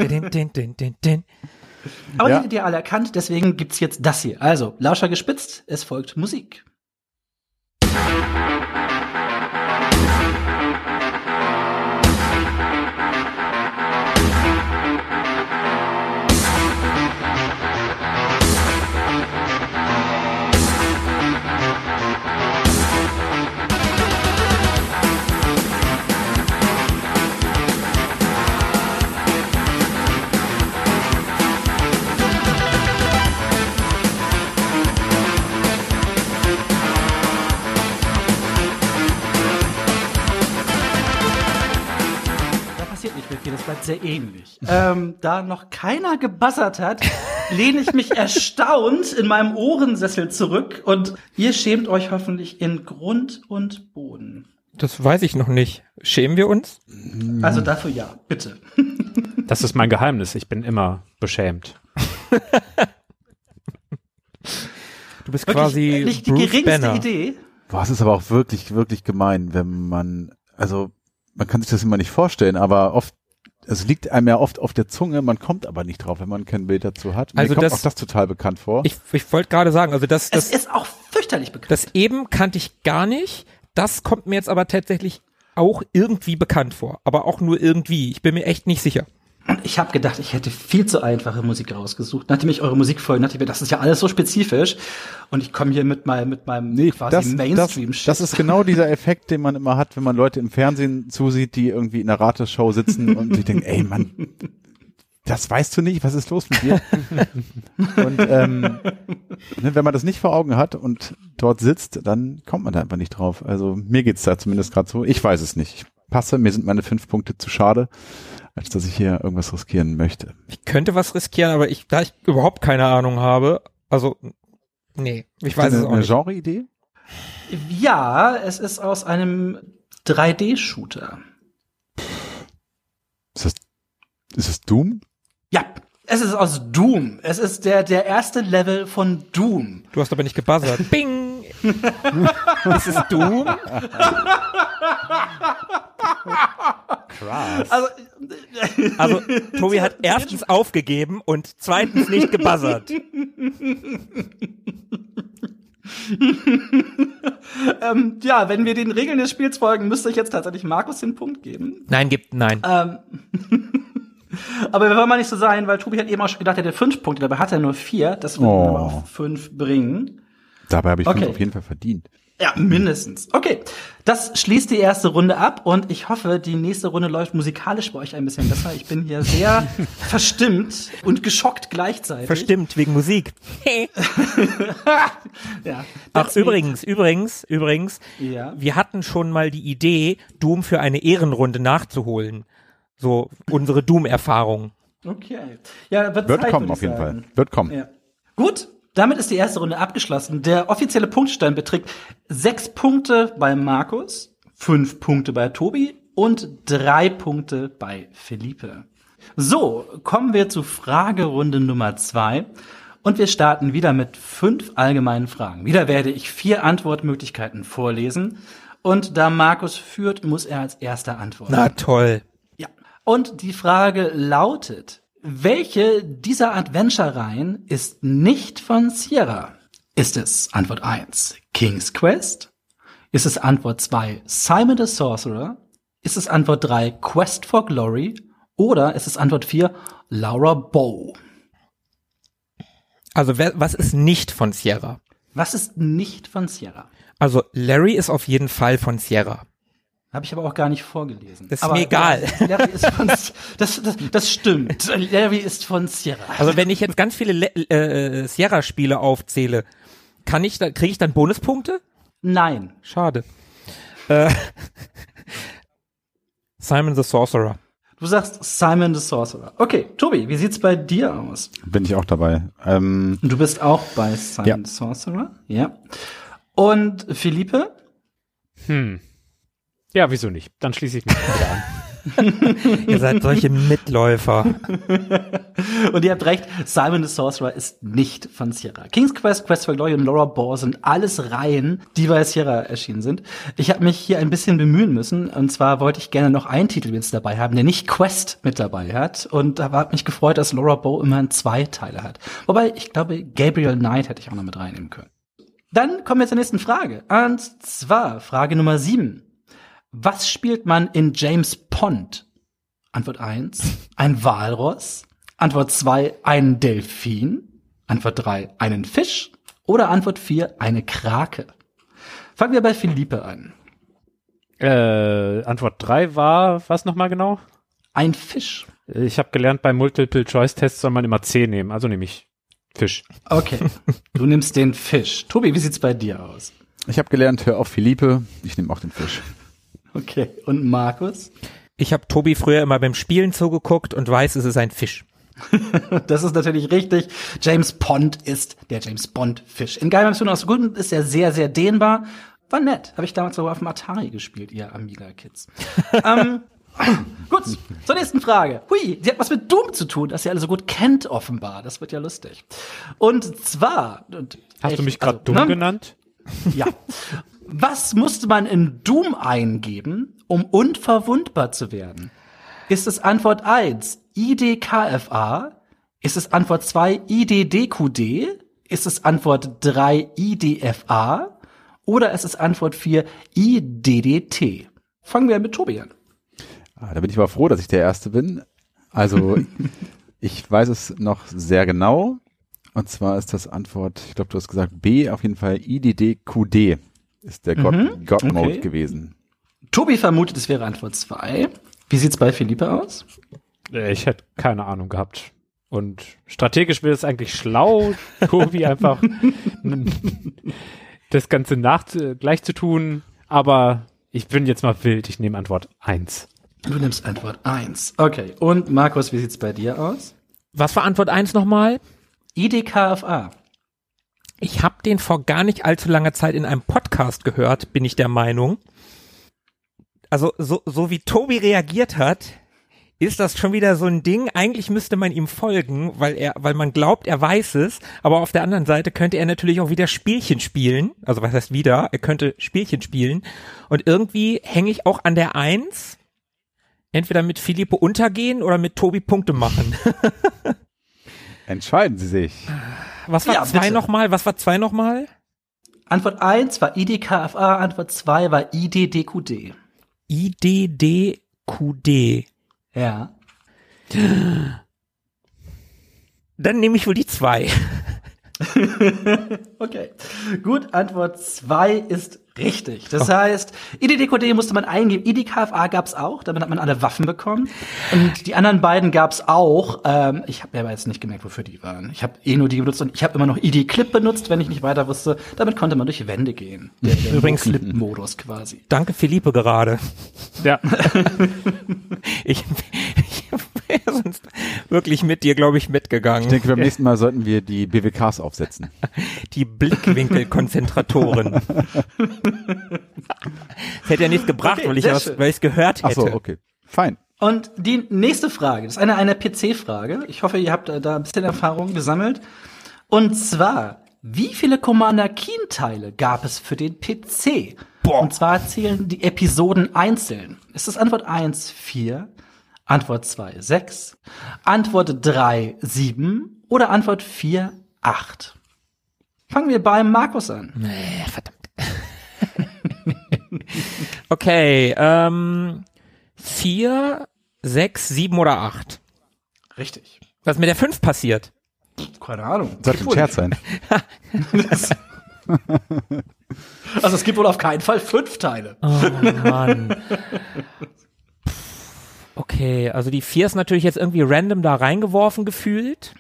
Yeah, baby. Aber
Ja.
die hättet ihr alle erkannt, deswegen gibt's jetzt das hier. Also, Lauscher gespitzt, es folgt Musik.
Musik
das bleibt sehr ähnlich. Ähm, da noch keiner gebassert hat, lehne ich mich erstaunt in meinem Ohrensessel zurück und ihr schämt euch hoffentlich in Grund und Boden.
Das weiß ich noch nicht. Schämen wir uns?
Also dafür ja, bitte.
Das ist mein Geheimnis. Ich bin immer beschämt.
Du bist
Wirklich
quasi
nicht die
Bruce
geringste
Banner.
Idee.
Boah, es ist aber auch wirklich, wirklich gemein, wenn man, also man kann sich das immer nicht vorstellen, aber oft, es liegt einem ja oft auf der Zunge, man kommt aber nicht drauf, wenn man kein Bild dazu hat. Mir
Also
kommt
das-
auch das total bekannt vor.
Ich, ich wollte gerade sagen, also das, das,
es ist auch fürchterlich bekannt.
das eben kannte ich gar nicht. Das kommt mir jetzt aber tatsächlich auch irgendwie bekannt vor. Aber auch nur irgendwie. Ich bin mir echt nicht sicher.
Ich habe gedacht, ich hätte viel zu einfache Musik rausgesucht. Nachdem ich eure Musikfolgen dachte ich mir, das ist ja alles so spezifisch. Und ich komme hier mit, mein, mit meinem quasi
das,
Mainstream-Shit.
das ist genau dieser Effekt, den man immer hat, wenn man Leute im Fernsehen zusieht, die irgendwie in einer Rateshow sitzen und sich denken, ey Mann, das weißt du nicht, was ist los mit dir? und ähm, ne, wenn man das nicht vor Augen hat und dort sitzt, dann kommt man da einfach nicht drauf. Also mir geht's da zumindest gerade so. Ich weiß es nicht. Ich passe, mir sind meine fünf Punkte zu schade, als dass ich hier irgendwas riskieren möchte.
Ich könnte was riskieren, aber ich, da ich überhaupt keine Ahnung habe, also, nee, ich weiß es
eine
auch
eine
nicht.
Genre-Idee?
Ja, es ist aus einem 3D-Shooter.
Ist das, ist das Doom?
Ja, es ist aus Doom. Es ist der, der erste Level von Doom.
Du hast aber nicht gebuzzert. Bing! Ist es Doom?
Also,
Also, Tobi hat erstens aufgegeben und zweitens nicht gebuzzert.
ähm, ja, wenn wir den Regeln des Spiels folgen, müsste ich jetzt tatsächlich Markus den Punkt geben.
Nein, gibt, nein.
Ähm, aber wir wollen mal nicht so sein, weil Tobi hat eben auch schon gedacht, er hätte fünf Punkte, dabei hat er nur vier. Das wird
Oh.
ihn aber auf fünf bringen.
Dabei habe ich
Okay.
fünf auf jeden Fall verdient.
Ja, mindestens. Okay, das schließt die erste Runde ab und ich hoffe, die nächste Runde läuft musikalisch bei euch ein bisschen besser. Ich bin hier sehr verstimmt und geschockt gleichzeitig.
Verstimmt, wegen Musik. Ach,
Ja. That's me.
übrigens, übrigens, übrigens,
Ja.
wir hatten schon mal die Idee, Doom für eine Ehrenrunde nachzuholen. So, unsere Doom-Erfahrung.
Okay. Ja, wird,
Wird
Zeit,
kommen
würd ich
auf jeden
sagen.
Fall. Wird kommen.
Ja. Gut, damit ist die erste Runde abgeschlossen. Der offizielle Punktstein beträgt sechs Punkte bei Markus, fünf Punkte bei Tobi und drei Punkte bei Felipe. So, kommen wir zu Fragerunde Nummer zwei. Und wir starten wieder mit fünf allgemeinen Fragen. Wieder werde ich vier Antwortmöglichkeiten vorlesen. Und da Markus führt, muss er als erster antworten.
Na toll.
Ja. Und die Frage lautet, welche dieser Adventure-Reihen ist nicht von Sierra? Ist es Antwort 1 King's Quest? Ist es Antwort 2 Simon the Sorcerer? Ist es Antwort 3 Quest for Glory? Oder ist es Antwort 4 Laura Bow?
Also, wer, was ist nicht von Sierra?
Was ist nicht von Sierra?
Also, Larry ist auf jeden Fall von Sierra.
Habe ich aber auch gar nicht vorgelesen.
Das ist
aber
mir egal.
ja, Larry ist von, das, das, das stimmt. Larry ist von Sierra.
Also, wenn ich jetzt ganz viele Le äh, Sierra-Spiele aufzähle, kann ich da, kriege ich dann Bonuspunkte?
Nein.
Schade. Äh, Simon the Sorcerer.
Du sagst Simon the Sorcerer. Okay, Tobi, wie sieht's bei dir aus?
Bin ich auch dabei. Ähm,
Du bist auch bei Simon
Ja.
the Sorcerer, ja. Und Philippe?
Hm. Ja, wieso nicht? Dann schließe ich mich wieder an.
Ihr seid solche Mitläufer.
Und ihr habt recht, Simon the Sorcerer ist nicht von Sierra. King's Quest, Quest for Glory und Laura Ball sind alles Reihen, die bei Sierra erschienen sind. Ich habe mich hier ein bisschen bemühen müssen. Und zwar wollte ich gerne noch einen Titel jetzt dabei haben, der nicht Quest mit dabei hat. Und da hat mich gefreut, dass Laura Bow immerhin zwei Teile hat. Wobei, ich glaube, Gabriel Knight hätte ich auch noch mit reinnehmen können. Dann kommen wir zur nächsten Frage. Und zwar Frage Nummer 7. Was spielt man in James Pond? Antwort 1, ein Walross. Antwort 2, ein Delfin. Antwort 3, einen Fisch. Oder Antwort 4, eine Krake. Fangen wir bei Philippe an.
Äh, Antwort 3 war, was nochmal genau?
Ein Fisch.
Ich habe gelernt, bei Multiple-Choice-Tests soll man immer C nehmen, also nehme ich Fisch.
Okay, du nimmst den Fisch. Tobi, wie sieht's bei dir aus?
ich habe gelernt, hör auf Philippe, ich nehme auch den Fisch.
Okay, und Markus?
Ich habe Tobi früher immer beim Spielen zugeguckt und weiß, es ist ein Fisch.
Das ist natürlich richtig. James Pond ist der James Bond-Fisch. In Geheimnis aus Guten ist er sehr, sehr dehnbar. War nett. Habe ich damals sogar auf dem Atari gespielt, ihr Amiga-Kids. ähm, gut, zur nächsten Frage. Hui, die hat was mit Doom zu tun, das ihr alle so gut kennt, offenbar. Das wird ja lustig. Und zwar. Und
Hast
echt,
du mich gerade
also,
dumm
ne?
genannt?
Ja. Was musste man in Doom eingeben, um unverwundbar zu werden? Ist es Antwort 1 IDKFA? Ist es Antwort 2 IDDQD? Ist es Antwort 3 IDFA? Oder ist es Antwort 4 IDDT? Fangen wir mit Tobi an.
Ah, da bin ich aber froh, dass ich der Erste bin. Also, ich weiß es noch sehr genau. Und zwar ist das Antwort, ich glaube, du hast gesagt B, auf jeden Fall IDDQD ist der God, God Mode
Mhm. okay.
gewesen.
Tobi vermutet, es wäre Antwort 2. Wie sieht's bei Philippe aus?
Äh, Ich hätte keine Ahnung gehabt. Und strategisch wäre es eigentlich schlau, Tobi einfach das Ganze nach, gleich zu tun. Aber ich bin jetzt mal wild. Ich nehme Antwort 1.
Du nimmst Antwort 1. Okay. Und Markus, wie sieht's bei dir aus?
Was war Antwort eins nochmal?
IDKFA.
Ich habe den vor gar nicht allzu langer Zeit in einem Podcast gehört, bin ich der Meinung. Also so, so wie Tobi reagiert hat, ist das schon wieder so ein Ding. Eigentlich müsste man ihm folgen, weil er, weil man glaubt, er weiß es. Aber auf der anderen Seite könnte er natürlich auch wieder Spielchen spielen. Also was heißt wieder? Er könnte Spielchen spielen. Und irgendwie hänge ich auch an der Eins. Entweder mit Philippe untergehen oder mit Tobi Punkte machen.
Entscheiden Sie sich.
Was war
Ja,
zwei
bitte.
nochmal? Was war zwei nochmal?
Antwort 1 war IDKFA, Antwort 2 war IDDQD.
IDDQD.
Ja.
Dann nehme ich wohl die zwei.
Okay. Gut, Antwort 2 ist richtig. Das heißt, IDDQD musste man eingeben. IDKFA gab's auch, damit hat man alle Waffen bekommen. Und die anderen beiden gab's auch. Ähm, ich habe mir aber jetzt nicht gemerkt, wofür die waren. Ich habe eh nur die benutzt und ich habe immer noch ID-Clip benutzt, wenn ich nicht weiter wusste. Damit konnte man durch Wände gehen. Der, der
Übrigens-
Clip-Modus quasi.
Danke, Philippe, gerade.
Ja,
Ich, ich wäre sonst wirklich mit dir, glaube ich, mitgegangen.
Ich denke, beim nächsten Mal sollten wir die BWKs aufsetzen.
Die Blickwinkelkonzentratoren. das hätte ja nichts gebracht,
Okay,
weil ich
sehr
es
schön.
weil ich's gehört hätte.
Achso, okay. Fein.
Und die nächste Frage, das ist eine, eine PC-Frage. Ich hoffe, ihr habt äh, da ein bisschen Erfahrung gesammelt. Und zwar, wie viele Commander Keen-Teile gab es für den PC? Und zwar zählen die Episoden einzeln. Ist das Antwort 1, 4, Antwort 2, 6, Antwort 3, 7 oder Antwort 4, 8? Fangen wir bei Markus an.
Äh, verdammt. okay, ähm, vier, sechs, sieben oder acht.
Richtig.
Was ist mit der fünf passiert?
Keine Ahnung.
Sollte ein Scherz sein.
Also es gibt wohl auf keinen Fall fünf Teile.
Oh Mann. Okay, also die vier ist natürlich jetzt irgendwie random da reingeworfen gefühlt.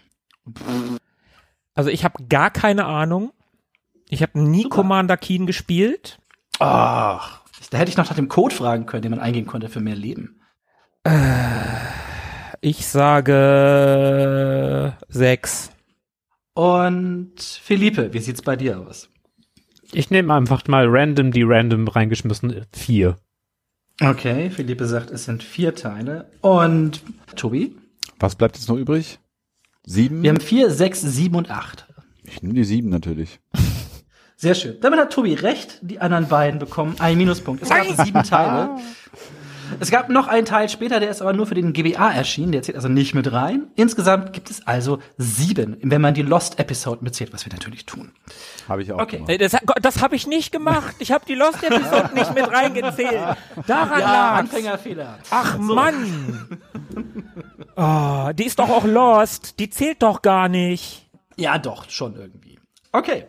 Also ich habe gar keine Ahnung. Ich habe nie Commander Keen gespielt.
Ach, da hätte ich noch nach dem Code fragen können, den man eingeben konnte für mehr Leben.
Ich sage sechs.
Und Felipe, wie sieht's bei dir aus?
ich nehme einfach mal random die random reingeschmissen äh, 4.
Okay, Felipe sagt, es sind vier Teile. Und Tobi?
Was bleibt jetzt noch übrig? Sieben?
Wir haben vier, sechs, sieben und acht.
ich nehme die sieben natürlich.
Sehr schön. Damit hat Tobi recht. Die anderen beiden bekommen einen Minuspunkt. Es gab sieben Teile. Es gab noch einen Teil später, der ist aber nur für den GBA erschienen. Der zählt also nicht mit rein. Insgesamt gibt es also sieben, wenn man die Lost Episode mitzählt, was wir natürlich tun.
Habe ich auch
Okay.
gemacht.
Äh, Das, Gott, das habe ich nicht gemacht. Ich habe die Lost Episode nicht mit reingezählt. Daran lag's.
Anfängerfehler.
Ach Mann. Oh, die ist doch auch Lost. Die zählt doch gar nicht.
Ja, doch, schon irgendwie. Okay.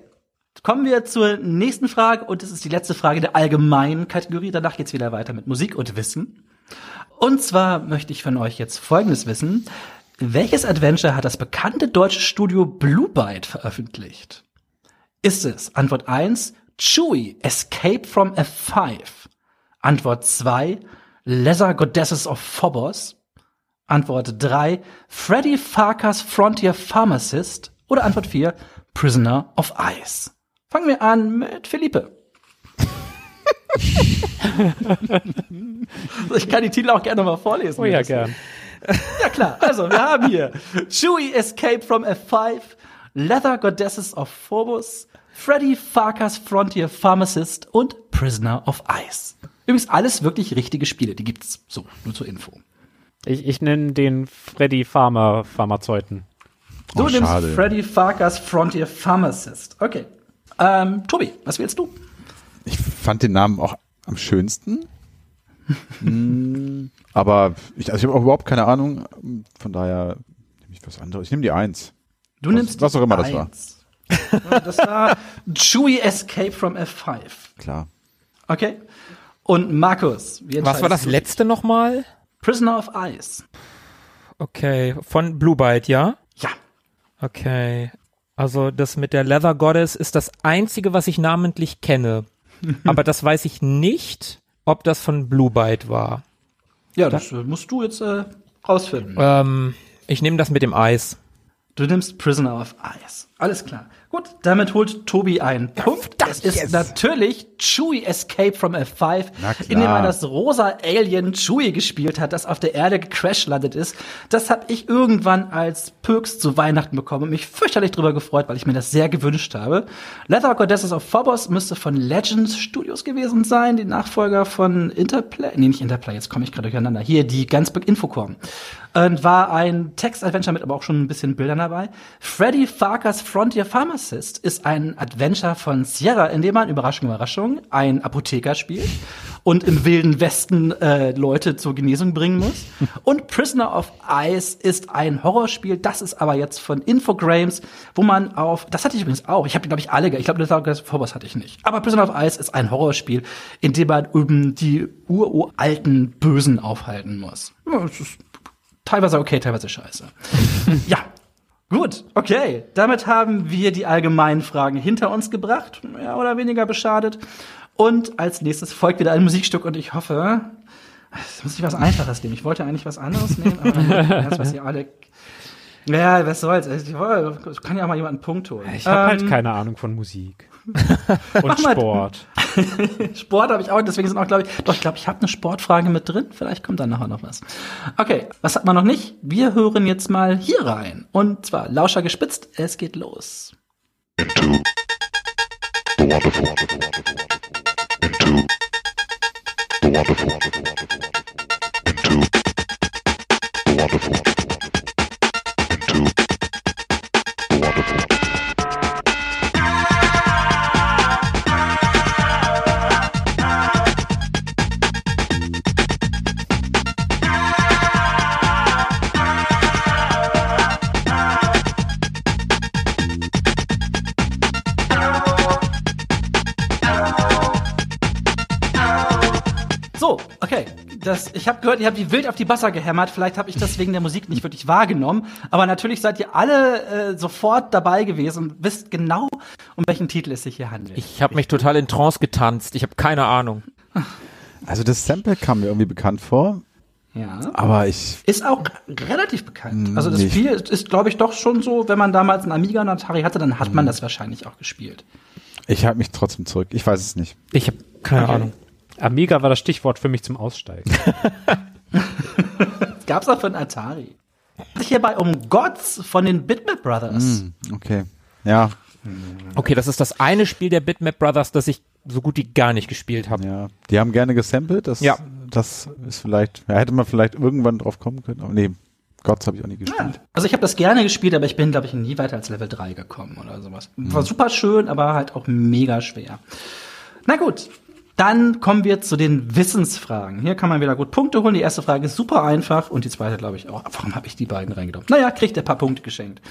Kommen wir zur nächsten Frage und es ist die letzte Frage der allgemeinen Kategorie. Danach geht's wieder weiter mit Musik und Wissen. Und zwar möchte ich von euch jetzt Folgendes wissen. Welches Adventure hat das bekannte deutsche Studio Blue Byte veröffentlicht? Ist es Antwort 1 Chewie Escape from F5? Antwort 2 Lesser Goddesses of Phobos? Antwort 3, Freddy Farkas Frontier Pharmacist? Oder Antwort 4, Prisoner of Ice? Fangen wir an mit Felipe. ich kann die Titel auch gerne mal vorlesen.
Oh
wenn
ja,
das-
gern.
ja klar, also wir haben hier Chewie Escape from F5, Leather Goddesses of Phobos, Freddy Farkas Frontier Pharmacist und Prisoner of Ice. Übrigens alles wirklich richtige Spiele, die gibt's. So, nur zur Info.
Oh,
Ich, ich nenne den Freddy Farmer Pharmazeuten.
Du
Oh,
nimmst
schade.
Freddy Farkas Frontier Pharmacist. Okay. Ähm, Tobi, was willst du?
Ich fand den Namen auch am schönsten. Mm, Aber ich, also ich habe auch überhaupt keine Ahnung. Von daher nehme ich was anderes. Ich nehme die Eins.
Du
Was-
nimmst
was auch immer das war.
eins. Das war Chewie Escape from F5.
Klar.
Okay. Und Markus, wie
Was war das
entscheidest du dich?
letzte nochmal?
Prisoner of Ice.
Okay, von Blue Byte, ja?
Ja.
Okay. Also das mit der Leather Goddess ist das einzige, was ich namentlich kenne. Aber das weiß ich nicht, ob das von Blue Byte war.
Ja, das äh, musst du jetzt äh, rausfinden.
Ähm, ich nehme das mit dem Eis.
Du nimmst Prisoner of Ice. Alles klar. Gut, damit holt Tobi einen Punkt. Das ist natürlich Chewie Escape from F5,
Na klar.
in dem er das rosa Alien Chewie gespielt hat, das auf der Erde gecrash landet ist. Das habe ich irgendwann als Perks zu Weihnachten bekommen und mich fürchterlich drüber gefreut, weil ich mir das sehr gewünscht habe. Leather Goddesses of Phobos müsste von Legends Studios gewesen sein, die Nachfolger von Interplay. Nee, nicht Interplay, jetzt komme ich gerade durcheinander. Hier, die Gansberg Infocom. Und war ein Text-Adventure mit aber auch schon ein bisschen Bildern dabei. Freddy Farkas Frontier Pharmacist ist ein Adventure von Sierra, in dem man, Überraschung, Überraschung, ein Apotheker spielt und im Wilden Westen äh, Leute zur Genesung bringen muss. Und Prisoner of Ice ist ein Horrorspiel, das ist aber jetzt von Infogrames, wo man auf, das hatte ich übrigens auch, ich habe glaube ich alle, ge- ich glaube, das Vorbos hatte ich nicht. Aber Prisoner of Ice ist ein Horrorspiel, in dem man eben die uralten Bösen aufhalten muss. Ja, es ist teilweise okay, teilweise scheiße. ja. Gut, okay. Damit haben wir die allgemeinen Fragen hinter uns gebracht, mehr oder weniger beschadet. Und als nächstes folgt wieder ein Musikstück und ich hoffe, jetzt muss ich was Einfaches nehmen. Ich wollte eigentlich was anderes nehmen, aber das, was ihr alle. Ja, was soll's. Ich woll- ich kann ja auch mal jemanden einen Punkt holen.
Ich habe halt
Ähm,
keine Ahnung von Musik. Und
mal-
Sport.
Sport habe ich auch, deswegen sind auch, glaube ich, doch, ich glaube, ich habe eine Sportfrage mit drin. Vielleicht kommt dann nachher noch was. Okay, was hat man noch nicht? Wir hören jetzt mal hier rein. Und zwar Lauscher gespitzt, es geht los.
Into the wonderful, wonderful, wonderful, wonderful. Into the wonderful, wonderful, wonderful, wonderful. Into the wonderful, wonderful, wonderful. Into the wonderful, wonderful.
So, okay. Das, ich habe gehört, ihr habt die wild auf die Basser gehämmert. Vielleicht habe ich das wegen der Musik nicht wirklich wahrgenommen. Aber natürlich seid ihr alle äh, sofort dabei gewesen und wisst genau, um welchen Titel es sich hier handelt.
Ich habe mich total in Trance getanzt. Ich habe keine Ahnung.
Also das Sample kam mir irgendwie bekannt vor,
ja.
aber ich
Ist auch relativ bekannt. Also das
nicht.
Spiel ist, ist glaube ich, doch schon so, wenn man damals einen Amiga und einen Atari hatte, dann hat man das wahrscheinlich auch gespielt.
ich halte mich trotzdem zurück. Ich weiß es nicht.
Ich habe keine Ahnung.
Amiga war das Stichwort für mich zum Aussteigen.
Gab's auch für einen Atari. Es geht Hierbei um Gods von den Bitmap Brothers.
Mhm. Hm, Okay. Ja,
Okay, das ist das eine Spiel der Bitmap Brothers, das ich so gut wie gar nicht gespielt habe.
ja. Die haben gerne gesampelt. Das,
Ja.
das ist vielleicht, ja, hätte man vielleicht irgendwann drauf kommen können. Aber nee, Gods habe ich auch nie
Ja.
gespielt.
Also ich habe das gerne gespielt, aber ich bin, glaube ich, nie weiter als Level 3 gekommen oder sowas. War super schön, aber halt auch mega schwer. Na gut, dann kommen wir zu den Wissensfragen. Hier kann man wieder gut Punkte holen. Die erste Frage ist super einfach und die zweite, glaube ich, auch. Warum habe ich die beiden reingenommen? Naja, kriegt der paar Punkte geschenkt.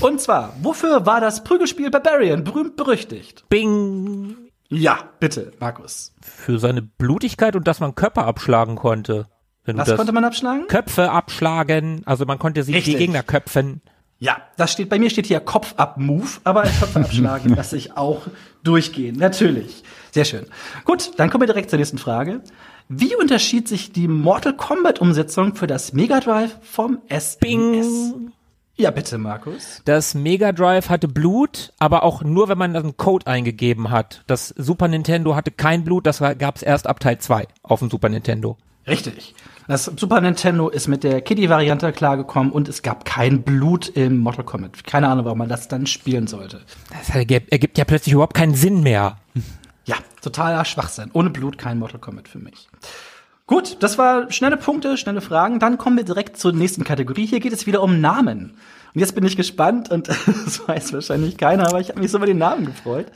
Und zwar, wofür war das Prügelspiel Barbarian berühmt berüchtigt?
Bing!
Ja, bitte, Markus.
Für seine Blutigkeit und dass man Köpfe abschlagen konnte. Wenn du
Was
das
konnte man abschlagen?
Köpfe abschlagen, also man konnte sie die
Richtig.
Gegner köpfen.
Ja, das steht bei mir steht hier Kopf ab Move, aber Kopf abschlagen lasse ich auch durchgehen. Natürlich. Sehr schön. Gut, dann kommen wir direkt zur nächsten Frage. Wie unterschied sich die Mortal Kombat Umsetzung für das Mega Drive vom SNES?
Bing.
Ja, bitte, Markus.
Das Mega Drive hatte Blut, aber auch nur, wenn man einen Code eingegeben hat. Das Super Nintendo hatte kein Blut, das gab es erst ab Teil 2 auf dem Super Nintendo.
Richtig. Das Super Nintendo ist mit der Kitty-Variante klargekommen und es gab kein Blut im Mortal Kombat. Keine Ahnung, warum man das dann spielen sollte.
Das ergibt, ergibt ja plötzlich überhaupt keinen Sinn mehr.
Ja, totaler Schwachsinn. Ohne Blut kein Mortal Kombat für mich. Gut, das war schnelle Punkte, schnelle Fragen. Dann kommen wir direkt zur nächsten Kategorie. Hier geht es wieder um Namen. Und jetzt bin ich gespannt und das weiß wahrscheinlich keiner, aber ich habe mich so über den Namen gefreut.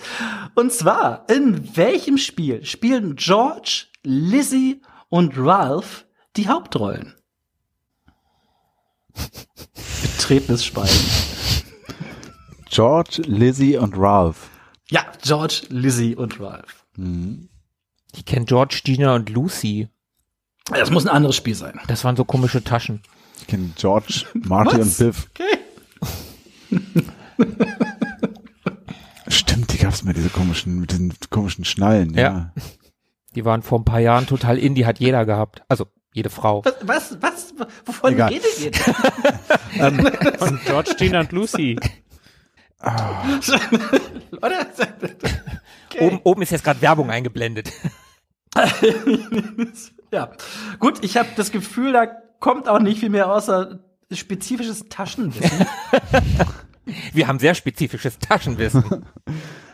Und zwar, in welchem Spiel spielen George, Lizzie und Ralph die Hauptrollen? Betretenes Schweigen.
George, Lizzie und Ralph.
Ja, George, Lizzie und Ralph.
Ich kenne George, Gina und Lucy.
Das muss ein anderes Spiel sein.
Das waren so komische Taschen.
Ich kenne George, Marty und
Was?
Biff.
Okay.
Stimmt, die gab's mir, diese komischen, mit diesen komischen Schnallen. Ja.
Die waren vor ein paar Jahren total indie, hat jeder gehabt. Also jede Frau.
Was, was, wovon
Egal.
redet ihr?
Von George, Tina und Lucy.
Leute,
Oben, oben ist jetzt gerade Werbung eingeblendet.
ja. Gut, ich habe das Gefühl, da kommt auch nicht viel mehr außer spezifisches Taschenwissen.
Wir haben sehr spezifisches Taschenwissen.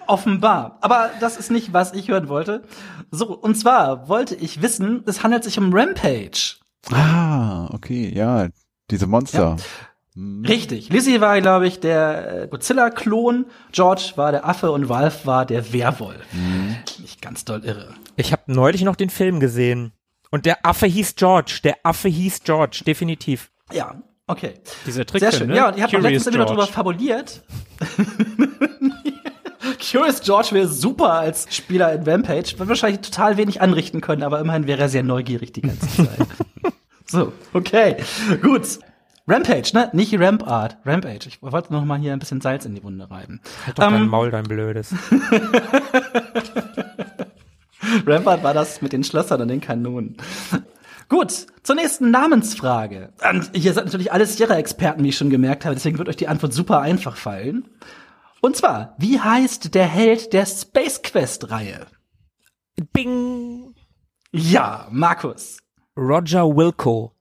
Offenbar. Aber das ist nicht, was ich hören wollte. So, und zwar wollte ich wissen, es handelt sich um Rampage.
Ah, okay, ja. Diese Monster.
Richtig. Lizzie war, glaube ich, der äh, Godzilla-Klon, George war der Affe und Ralph war der Werwolf. Nicht ganz doll irre.
Ich habe neulich noch den Film gesehen. Und der Affe hieß George. Der Affe hieß George, definitiv.
Ja, okay.
Diese
Sehr
Trickfilm,
schön.
ne?
Ja, und ich habe
Curious
letztens immer
George.
darüber fabuliert. Curious George wäre super als Spieler in Rampage. Wird wahrscheinlich total wenig anrichten können, aber immerhin wäre er sehr neugierig die ganze Zeit. so, okay. Gut. Rampage, ne? Nicht Rampart. Rampage. Ich wollte noch mal hier ein bisschen Salz in die Wunde reiben.
Halt doch dein
Ähm.
Maul, dein Blödes.
Rampart war das mit den Schlössern und den Kanonen. Gut, zur nächsten Namensfrage. Und ihr seid natürlich alle Sierra-Experten, wie ich schon gemerkt habe, deswegen wird euch die Antwort super einfach fallen. Und zwar, wie heißt der Held der Space Quest-Reihe?
Bing!
Ja, Markus.
Roger Wilco.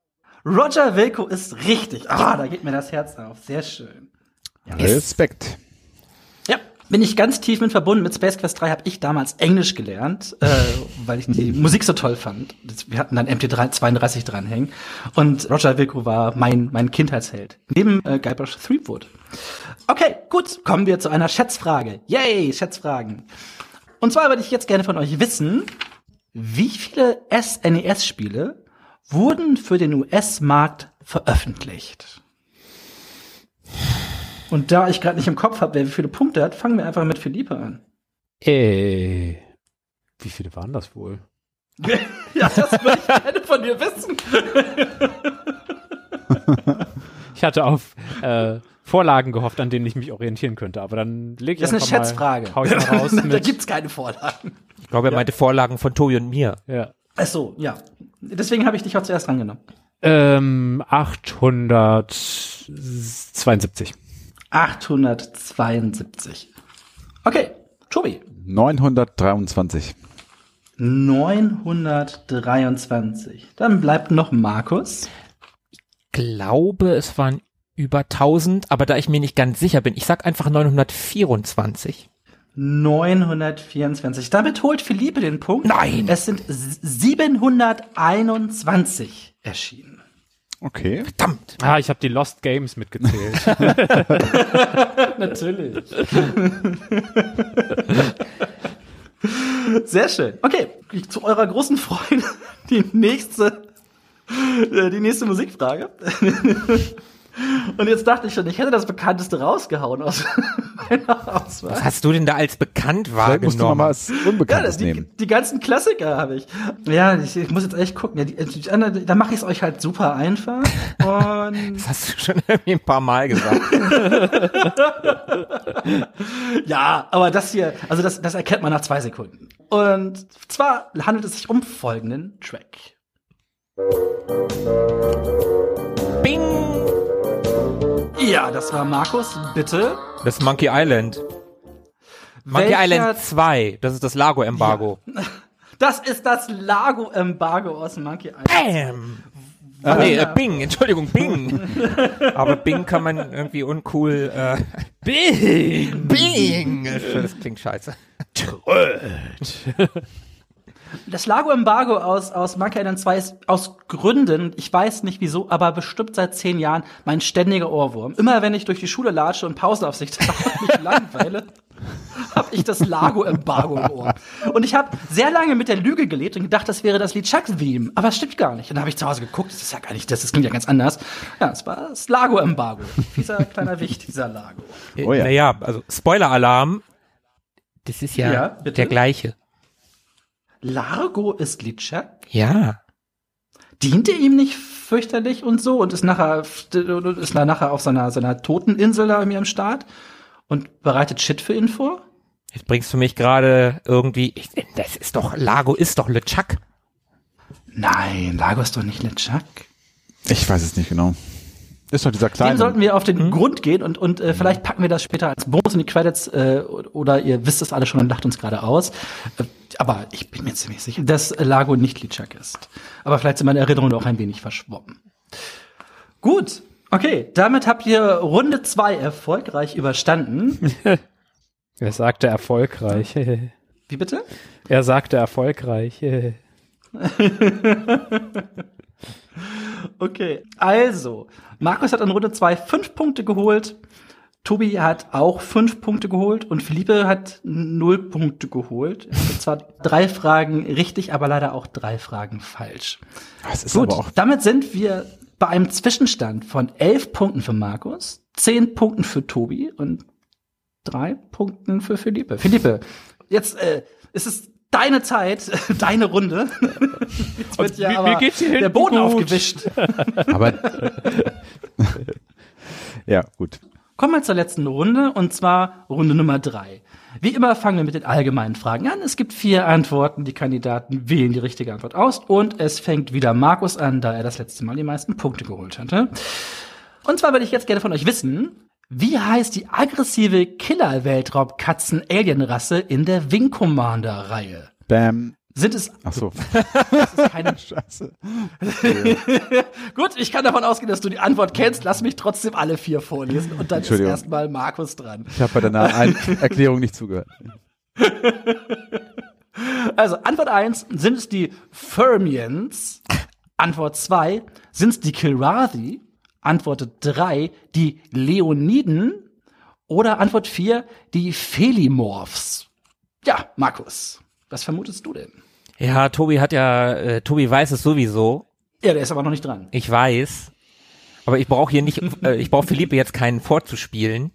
Roger Wilco ist richtig. Ah, da geht mir das Herz auf. Sehr schön.
Respekt.
Ja, bin ich ganz tief mit verbunden. Mit Space Quest 3 habe ich damals Englisch gelernt, äh, weil ich die Musik so toll fand. Das- Wir hatten dann MT32 dranhängen. Und Roger Wilco war mein, mein Kindheitsheld. Neben äh, Guybrush Threepwood. Okay, gut. Kommen wir zu einer Schätzfrage. Yay, Schätzfragen. Und zwar würde ich jetzt gerne von euch wissen, wie viele SNES-Spiele wurden für den US-Markt veröffentlicht? Und da ich gerade nicht im Kopf habe, wer wie viele Punkte hat, fangen wir einfach mit Philippe an.
Ey. Wie viele waren das wohl?
Ja, das würde ich gerne von dir wissen.
Ich hatte auf äh, Vorlagen gehofft, an denen ich mich orientieren könnte, aber dann leg ich
Das ist eine
einfach mal-
Schätzfrage.
Hau ich mal raus
da
mit.
gibt's keine Vorlagen.
Ich glaube, er meinte Vorlagen von Tobi und mir.
Ja.
Ach so, ja. Deswegen habe ich dich auch zuerst rangenommen.
Ähm, 872.
872. Okay, Tobi.
923.
923. Dann bleibt noch Markus.
Glaube, es waren über 1000, aber da ich mir nicht ganz sicher bin, ich sag einfach 924.
924. Damit holt Philippe den Punkt.
Nein.
Es sind s- 721 erschienen.
Okay.
Verdammt!
Ah, ich habe die Lost Games mitgezählt.
Natürlich. Sehr schön. Okay, zu eurer großen Freude die nächste, äh, die nächste Musikfrage. Und jetzt dachte ich schon, ich hätte das Bekannteste rausgehauen aus meiner Auswahl.
Was hast du denn da als bekannt
Vielleicht musst du mal
wahrgenommen?
was Unbekanntes
die,
nehmen.
die ganzen Klassiker habe ich. Ja, ich, ich muss jetzt echt gucken. Ja, die, die anderen, da mache ich es euch halt super einfach. Und
Das hast du schon irgendwie ein paar Mal gesagt.
ja, aber das hier, also das, das erkennt man nach zwei Sekunden. Und zwar handelt es sich um folgenden Track.
Bing!
Ja, das war Markus, bitte.
Das ist Monkey Island. Monkey
Welcher-
Island 2. Das ist das Lago-Embargo.
Das ist das Lago-Embargo aus Monkey Island.
Bam! Ah, nee, äh, Bing, Entschuldigung, Bing. Aber Bing kann man irgendwie uncool. Äh, Bing! Bing! Das klingt scheiße.
Das Lago-Embargo aus, aus Monkey Island 2 ist aus Gründen, ich weiß nicht wieso, aber bestimmt seit zehn Jahren mein ständiger Ohrwurm. Immer wenn ich durch die Schule latsche und Pausenaufsicht habe und mich langweile, habe ich das Lago-Embargo im Ohr. Und ich habe sehr lange mit der Lüge gelebt und gedacht, das wäre das Lied Chucks Theme. Aber es stimmt gar nicht. Und dann habe ich zu Hause geguckt, das ist ja gar nicht das, das klingt ja ganz anders. Ja, es war das Lago-Embargo. Dieser kleiner Wicht, dieser Lago.
Oh ja.
Naja, also Spoiler-Alarm. Das ist ja,
Ja, bitte?
der gleiche.
Largo ist Lied Chuck?
Ja.
diente ihm nicht fürchterlich und so und ist nachher ist dann nachher auf seiner seiner Toteninsel da mir am Start und bereitet Shit für ihn vor.
Jetzt bringst du mich gerade irgendwie. Ich, das ist doch. Lago ist doch LeChuck.
Nein, Lago ist doch nicht LeChuck.
Ich weiß es nicht genau. Ist doch dieser
Dem sollten
kleine.
wir auf den Grund gehen und und äh, vielleicht packen wir das später als Bonus in die Credits äh, oder ihr wisst es alle schon und lacht uns gerade aus. Äh, aber ich bin mir ziemlich sicher, dass äh, Lago nicht LeChuck ist. Aber vielleicht sind meine Erinnerungen auch ein wenig verschwommen. Gut. Okay, damit habt ihr Runde zwei erfolgreich überstanden.
Er sagte erfolgreich.
Wie bitte?
er sagte erfolgreich.
Okay, also, Markus hat in Runde zwei fünf Punkte geholt, Tobi hat auch fünf Punkte geholt und Philippe hat null Punkte geholt. Er hat zwar drei Fragen richtig, aber leider auch drei Fragen falsch.
Das ist
Gut,
aber auch
damit sind wir bei einem Zwischenstand von elf Punkten für Markus, zehn Punkten für Tobi und drei Punkten für Philippe. Philippe, jetzt äh, ist es deine Zeit, deine Runde. Jetzt wird ja
mir-
aber
mir geht's hier
der
hinten
Boden
gut.
aufgewischt.
Aber ja, gut.
Kommen wir zur letzten Runde und zwar Runde Nummer drei. Wie immer fangen wir mit den allgemeinen Fragen an. Es gibt vier Antworten. Die Kandidaten wählen die richtige Antwort aus und es fängt wieder Markus an, da er das letzte Mal die meisten Punkte geholt hatte. Und zwar würde ich jetzt gerne von euch wissen, wie heißt die aggressive Killer-Weltraubkatzen-Alien-Rasse in der Wing Commander-Reihe?
Bam.
Sind es
Ach so.
keine.
Scheiße.
Gut, ich kann davon ausgehen, dass du die Antwort kennst. Lass mich trotzdem alle vier vorlesen und dann ist
Entschuldigung.
erstmal Markus dran.
Ich habe bei deiner Ein Erklärung nicht zugehört.
Also Antwort 1 sind es die Fermians. Antwort 2 sind es die Kilrathi. Antwort 3 die Leoniden. Oder Antwort 4 die Felimorphs. Ja, Markus, was vermutest du denn?
Ja, Tobi hat ja. Äh, Tobi weiß es sowieso.
Ja, der ist aber noch nicht dran.
Ich weiß. Aber ich brauche hier nicht, äh, ich brauche Philippe jetzt keinen vorzuspielen,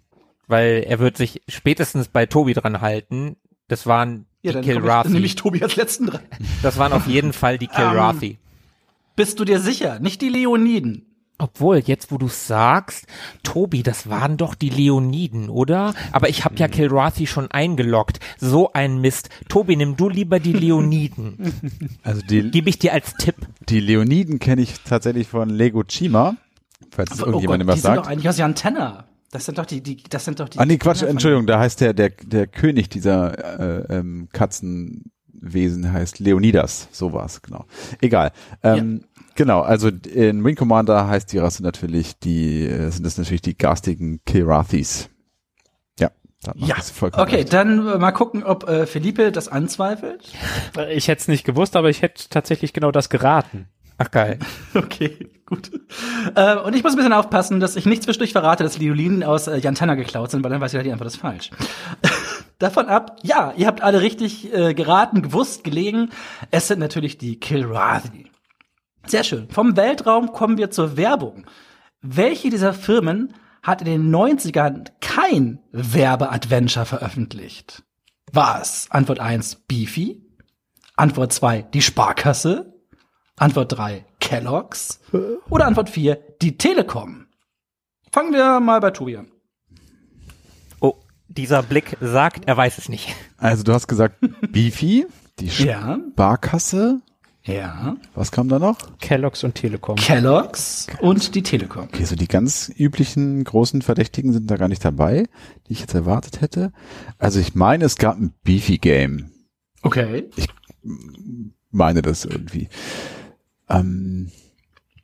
weil er wird sich spätestens bei Tobi dran halten. Das waren die
Ja, dann komm ich- dann nehme
Kilrathi.
ich Tobi Ähm, als letzten dran.
Das waren auf jeden Fall die Kilrathi.
Bist du dir sicher? Nicht die Leoniden.
Obwohl, jetzt wo du sagst, Tobi, das waren doch die Leoniden, oder? Aber ich habe
Mhm.
ja Kilrathi schon eingeloggt. So ein Mist. Tobi, nimm du lieber die Leoniden.
Also die,
Gib ich dir als Tipp.
die Leoniden kenne ich tatsächlich von Lego Chima, falls es irgendjemandem
Oh die
was
sind doch
sagt.
eigentlich aus Jantenna. Das sind doch die, die, das sind doch die.
Ah nee, Quatsch,
Kinder von-
Entschuldigung, da heißt der der der König dieser äh, ähm, Katzenwesen heißt Leonidas, so war's genau. Egal. Ähm, Genau, also in Wing Commander heißt die Rasse natürlich die äh, sind das natürlich die garstigen Kirathis. Ja, da hat man
Ja,
das vollkommen
okay,
recht.
dann äh, mal gucken, ob äh, Felipe das anzweifelt.
Ich hätte es nicht gewusst, aber ich hätte tatsächlich genau das geraten.
Ach geil.
Okay, gut. Äh, und ich muss ein bisschen aufpassen, dass ich nicht zwischendurch verrate, dass Leolinen aus äh, Jantanna geklaut sind, weil dann weiß ich, die Antwort ist falsch. Davon ab, ja, ihr habt alle richtig äh, geraten, gewusst, gelegen. Es sind natürlich die Kilrathi. Sehr schön. Vom Weltraum kommen wir zur Werbung. Welche dieser Firmen hat in den 90ern kein Werbeadventure veröffentlicht? War es Antwort 1 Beefy? Antwort 2 die Sparkasse? Antwort 3 Kellogg's? Oder Antwort 4 die Telekom? Fangen wir mal bei Tobi an.
Oh, dieser Blick sagt, er weiß es nicht.
Also du hast gesagt Beefy, die
Ja.
Sparkasse.
Ja.
Was kam da noch?
Kellogg's und Telekom.
Kellogg's und die Telekom.
Okay, so die ganz üblichen großen Verdächtigen sind da gar nicht dabei, die ich jetzt erwartet hätte. Also ich meine, es gab ein Beefy-Game.
Okay.
Meine das irgendwie. Ähm,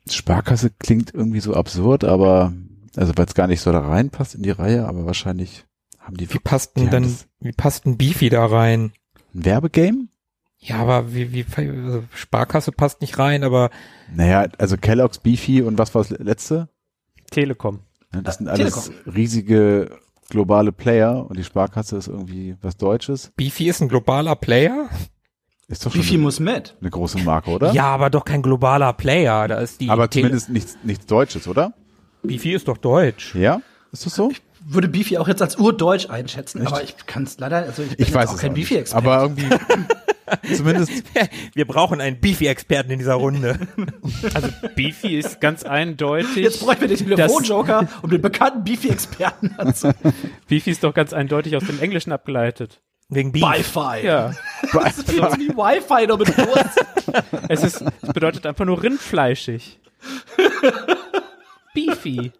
Sparkasse klingt irgendwie so absurd, aber also weil es gar nicht so da reinpasst in die Reihe, aber wahrscheinlich haben die
Wie passt
Die
denn dann,
haben das-
wie passt ein Beefy da rein?
ein Werbegame.
Ja, aber wie, wie, also Sparkasse passt nicht rein, aber
Naja, also Kellogg's, Beefy und was war das letzte?
Telekom.
Ja, Das sind
Äh,
alles riesige globale Player und die Sparkasse ist irgendwie was Deutsches.
Beefy ist ein globaler Player?
Ist doch schon
Beefy
eine,
muss mit.
eine große Marke, oder?
Ja, aber doch kein globaler Player. Da ist die
Aber
Tele-
zumindest nichts, nichts Deutsches, oder?
Beefy ist doch deutsch.
Ja? Ist das so?
Würde Beefy auch jetzt als urdeutsch einschätzen, aber ich kann es leider, also ich bin
Ich
jetzt
weiß
auch
es
kein
auch nicht.
Beefy-Experte.
Aber irgendwie, zumindest,
Wir brauchen einen Beefy-Experten in dieser Runde.
Also Beefy ist ganz eindeutig.
Jetzt bräuchten wir den
das-
Telefonjoker, um den bekannten Beefy-Experten dazu.
Beefy ist doch ganz eindeutig aus dem Englischen abgeleitet.
Wegen Beef.
Wi-Fi.
Ja.
Das ist wie Wi-Fi nur mit Wurst.
Es ist, es bedeutet einfach nur rindfleischig. Beefy.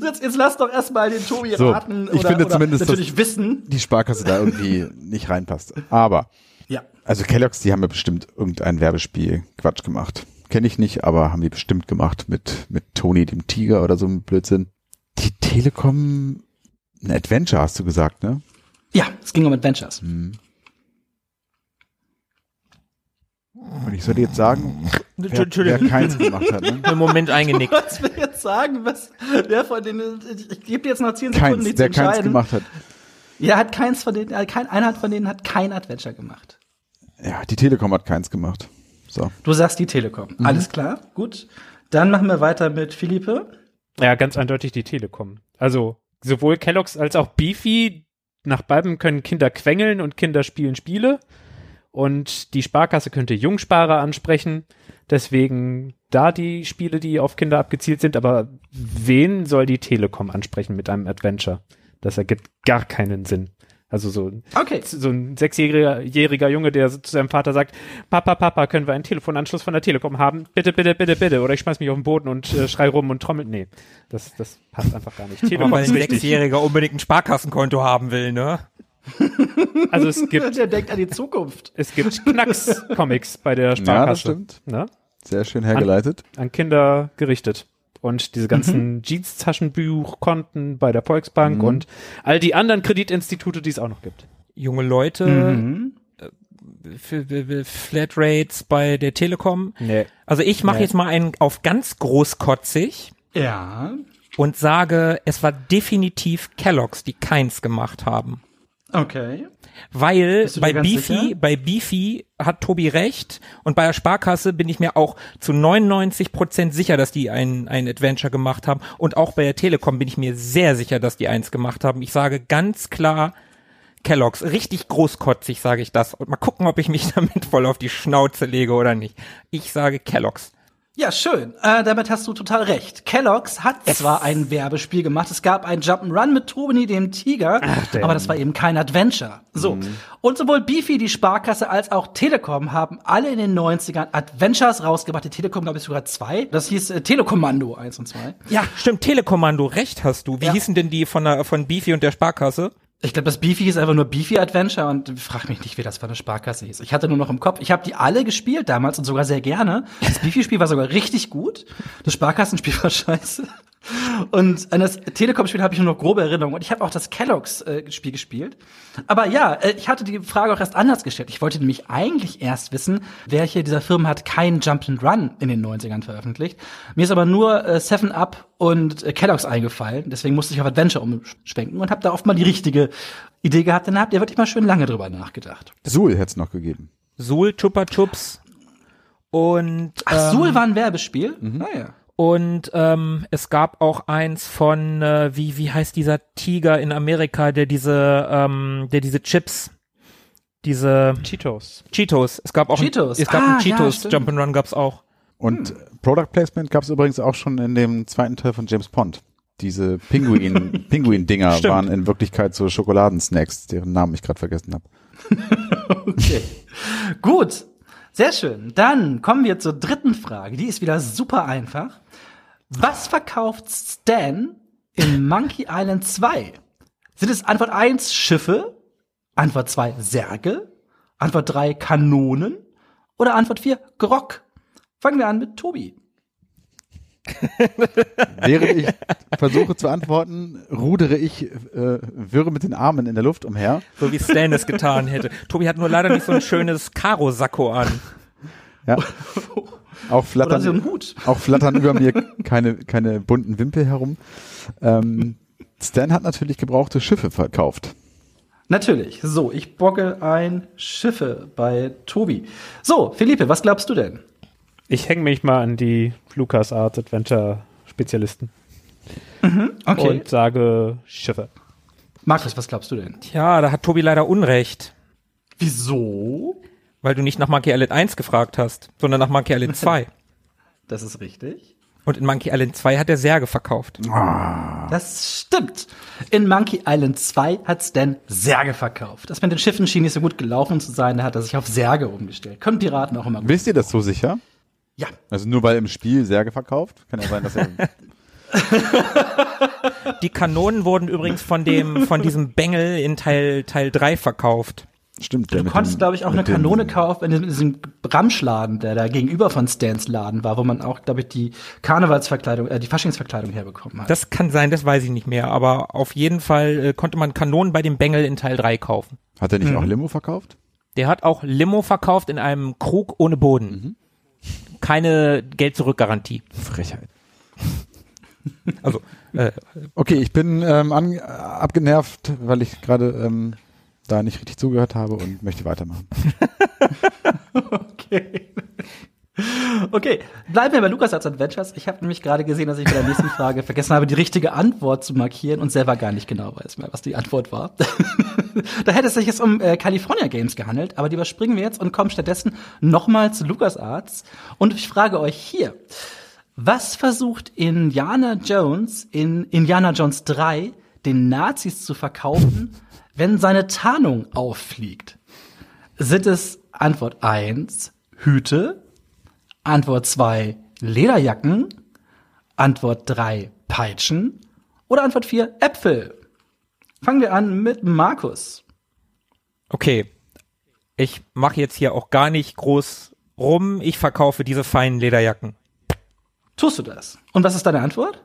Jetzt, jetzt lass doch erstmal den Tobi
So,
raten
ich
oder,
finde
oder
zumindest, dass-
natürlich wissen.
die Sparkasse da irgendwie nicht reinpasst. Aber,
Ja.
also Kellogg's, die haben ja bestimmt irgendein Werbespiel Quatsch gemacht. Kenne ich nicht, aber haben die bestimmt gemacht mit, mit Tony dem Tiger oder so ein Blödsinn. Die Telekom, ein Adventure hast du gesagt, ne?
Ja, es ging um Adventures.
Und ich sollte jetzt sagen, wer, wer
Entschuldigung,
keins gemacht hat, ne?
im Moment eingenickt.
Was will jetzt sagen, was der von denen, ich, ich gebe dir jetzt noch 10 Sekunden,
Keins,
die zu
der keins
entscheiden.
gemacht hat.
Ja, hat keins von denen, äh, kein, einer von denen hat kein Adventure gemacht.
Ja, die Telekom hat keins gemacht. So.
Du sagst die Telekom. Alles klar, gut. Dann machen wir weiter mit Philippe.
Ja, ganz eindeutig die Telekom. Also sowohl Kellogg's als auch Beefy, nach beiden können Kinder quengeln und Kinder spielen Spiele. Und die Sparkasse könnte Jungsparer ansprechen. Deswegen da die Spiele, die auf Kinder abgezielt sind. Aber wen soll die Telekom ansprechen mit einem Adventure? Das ergibt gar keinen Sinn. Also so,
Okay.
so ein sechsjähriger jähriger Junge, der zu seinem Vater sagt, Papa, Papa, können wir einen Telefonanschluss von der Telekom haben? Bitte, bitte, bitte, bitte. Oder ich schmeiß mich auf den Boden und äh, schrei rum und trommel. Nee, das, das passt einfach gar nicht. Telekom
Weil
ist
ein
richtig.
Sechsjähriger unbedingt ein Sparkassenkonto haben will, ne?
Also es gibt,
Der denkt an die Zukunft.
es gibt Knacks-Comics bei der Sparkasse.
Ja, das stimmt.
Ne?
Sehr schön hergeleitet.
An Kinder gerichtet. Und diese
Mhm.
ganzen Jeans-Taschenbuchkonten bei der Volksbank und all die anderen Kreditinstitute, die es auch noch gibt.
Junge Leute,
Mhm.
äh,
für, für, für Flatrates bei der Telekom.
Nee.
Also ich mache
Nee.
jetzt mal einen auf ganz großkotzig
Ja.
und sage, es war definitiv Kellogg's, die keins gemacht haben.
Okay.
Weil
Bist du dir
bei
ganz
Beefy,
sicher?
bei Beefy hat Tobi recht und bei der Sparkasse bin ich mir auch zu 99 Prozent sicher, dass die ein, ein Adventure gemacht haben und auch bei der Telekom bin ich mir sehr sicher, dass die eins gemacht haben. Ich sage ganz klar Kellogg's, richtig großkotzig sage ich das und mal gucken, ob ich mich damit voll auf die Schnauze lege oder nicht. Ich sage Kellogg's.
Ja, schön. Äh, damit hast du total recht. Kellogg's hat zwar ein Werbespiel gemacht, es gab ein Jump'n'Run mit Tony dem Tiger, aber das war eben kein Adventure. So. Und sowohl Beefy, die Sparkasse, als auch Telekom haben alle in den 90ern Adventures rausgebracht. Die Telekom gab es sogar zwei. Das hieß äh, Telekommando 1 und 2.
Ja, stimmt, Telekommando, recht hast du. Wie
Ja.
hießen denn die von, der, von Beefy und der Sparkasse?
Ich glaube, das Beefy ist einfach nur Beefy Adventure und frag mich nicht, wie das von der Sparkasse hieß. Ich hatte nur noch im Kopf, ich habe die alle gespielt damals und sogar sehr gerne. Das Beefy-Spiel war sogar richtig gut. Das Sparkassenspiel war scheiße. Und an das Telekom-Spiel habe ich nur noch grobe Erinnerungen. Und ich habe auch das Kellogg's-Spiel gespielt. Aber ja, äh, ich hatte die Frage auch erst anders gestellt. Ich wollte nämlich eigentlich erst wissen, welche dieser Firmen hat keinen Jump'n'Run in den 90ern veröffentlicht. Mir ist aber nur äh, Seven Up und äh, Kellogg's eingefallen. Deswegen musste ich auf Adventure umschwenken und habe da oft mal die richtige Idee gehabt. Dann habt ihr wirklich mal schön lange drüber nachgedacht.
Suhl hätte es noch gegeben.
Suhl, Chupa Chups ähm, und
Ähm, Mhm. Ach, Soul war ein Werbespiel? Naja.
Und ähm, es gab auch eins von, äh, wie, wie heißt dieser Tiger in Amerika, der diese, ähm, der diese Chips, diese
Cheetos.
Cheetos. Es gab auch
Cheetos.
Ein, es gab
Ah, ja,
ein Cheetos
stimmt.
Jump'n'Run gab's auch.
Und
Hm.
Product Placement gab es übrigens auch schon in dem zweiten Teil von James Pond. Diese Pinguin, Pinguin-Dinger
Stimmt.
waren in Wirklichkeit so Schokoladensnacks, deren Namen ich gerade vergessen habe.
Okay. Gut. Sehr schön. Dann kommen wir zur dritten Frage. Die ist wieder super einfach. Was verkauft Stan in Monkey Island 2? Sind es Antwort 1 Schiffe, Antwort 2 Särge, Antwort 3 Kanonen oder Antwort 4 Grog? Fangen wir an mit Tobi.
Während ich versuche zu antworten, rudere ich, äh, wirre mit den Armen in der Luft umher.
So wie Stan es getan hätte. Tobi hat nur leider nicht so ein schönes Karo-Sakko an.
Ja. Auch
Oder so
flattern,
ein Hut.
auch flattern über mir keine, keine bunten Wimpel herum. Ähm, Stan hat natürlich gebrauchte Schiffe verkauft.
Natürlich. So, ich bogge ein Schiffe bei Tobi. So, Felipe, was glaubst du denn?
Ich hänge mich mal an die LucasArts Adventure Spezialisten
Okay.
und sage Schiffe.
Markus, was glaubst du denn?
Tja, da hat Tobi leider Unrecht.
Wieso?
Weil du nicht nach Monkey Island 1 gefragt hast, sondern nach Monkey Island 2.
Das ist richtig.
Und in Monkey Island 2 hat er Särge verkauft.
Das stimmt. In Monkey Island 2 hat Stan Särge verkauft. Das mit den Schiffen schien nicht so gut gelaufen zu sein, da hat er sich auf Särge umgestellt. Können Piraten auch immer gut.
Wisst ihr das so sicher?
Ja.
Also nur weil im Spiel Särge verkauft? Kann ja sein, dass er
Die Kanonen wurden übrigens von dem, von diesem Bengel in Teil, Teil 3 verkauft.
Stimmt. der
Du
mit
konntest,
dem-
glaube ich, auch eine
mit dem-
Kanone kaufen in diesem- in diesem Ramschladen, der da gegenüber von Stans Laden war, wo man auch, glaube ich, die Karnevalsverkleidung, äh, die Faschingsverkleidung herbekommen hat.
Das kann sein, das weiß ich nicht mehr, aber auf jeden Fall äh, konnte man Kanonen bei dem Bengel in Teil 3 kaufen.
Hat er nicht auch Limo verkauft?
Der hat auch Limo verkauft in einem Krug ohne Boden. Mhm. Keine Geld-Zurück-Garantie.
Frechheit.
Also, äh,
Okay, ich bin ähm, an, äh, abgenervt, weil ich gerade ähm, da nicht richtig zugehört habe und möchte weitermachen.
Okay. Okay, bleiben wir bei LucasArts Adventures. Ich habe nämlich gerade gesehen, dass ich bei der nächsten Frage vergessen habe, die richtige Antwort zu markieren und selber gar nicht genau weiß mehr, was die Antwort war. da hätte es sich jetzt um äh, California Games gehandelt, aber die überspringen wir jetzt und kommen stattdessen nochmal zu LucasArts. Und ich frage euch hier, was versucht Indiana Jones in Indiana Jones 3 den Nazis zu verkaufen, wenn seine Tarnung auffliegt? Sind es Antwort 1 Hüte, Antwort 2 Lederjacken, Antwort 3 Peitschen oder Antwort 4 Äpfel? Fangen wir an mit Markus.
okay. Ich mache jetzt hier auch gar nicht groß rum. Ich verkaufe diese feinen Lederjacken.
Tust du das? Und was ist deine Antwort?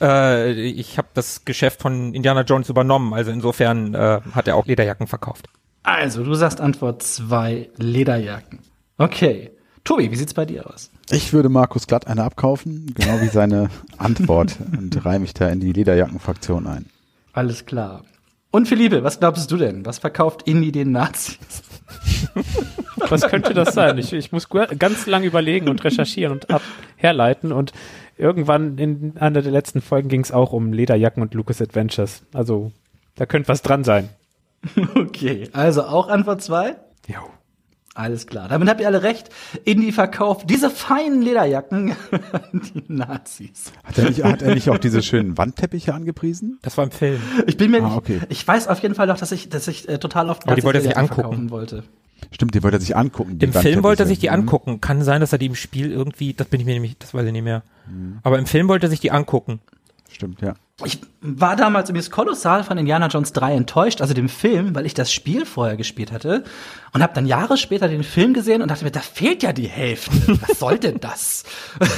Äh, ich habe das Geschäft von Indiana Jones übernommen, also insofern äh, hat er auch Lederjacken verkauft.
Also, du sagst Antwort 2 Lederjacken. Okay. Tobi, wie sieht's bei dir aus?
Ich würde Markus glatt eine abkaufen, genau wie seine Antwort und reihe mich da in die Lederjackenfraktion ein.
Alles klar. Und Philippe, was glaubst du denn? Was verkauft Indy den Nazis?
Was könnte das sein? Ich, ich muss gu- ganz lang überlegen und recherchieren und ab herleiten und irgendwann in einer der letzten Folgen ging es auch um Lederjacken und Lucas Adventures. Also da könnte was dran sein.
Okay, also auch Antwort 2?
Jo.
Alles klar. Damit habt ihr alle recht. Indie verkauft diese feinen Lederjacken an die Nazis.
Hat er nicht, hat er nicht auch diese schönen Wandteppiche angepriesen?
Das war im Film.
Ich bin mir
Ah,
nicht,
okay.
ich weiß auf jeden Fall noch, dass ich, dass ich äh, total oft
Aber die wollte er sich
Lederjacken
angucken.
verkaufen wollte.
Stimmt, die wollte er sich angucken. die
Im Film wollte er sich die
Wandteppiche.
angucken. Kann sein, dass er die im Spiel irgendwie, das bin ich mir nämlich, das weiß ich nicht mehr.
Mhm.
Aber im Film wollte er sich die angucken.
Stimmt, ja.
Ich war damals übrigens kolossal von Indiana Jones 3 enttäuscht, also dem Film, weil ich das Spiel vorher gespielt hatte und habe dann Jahre später den Film gesehen und dachte mir, da fehlt ja die Hälfte. Was soll denn das?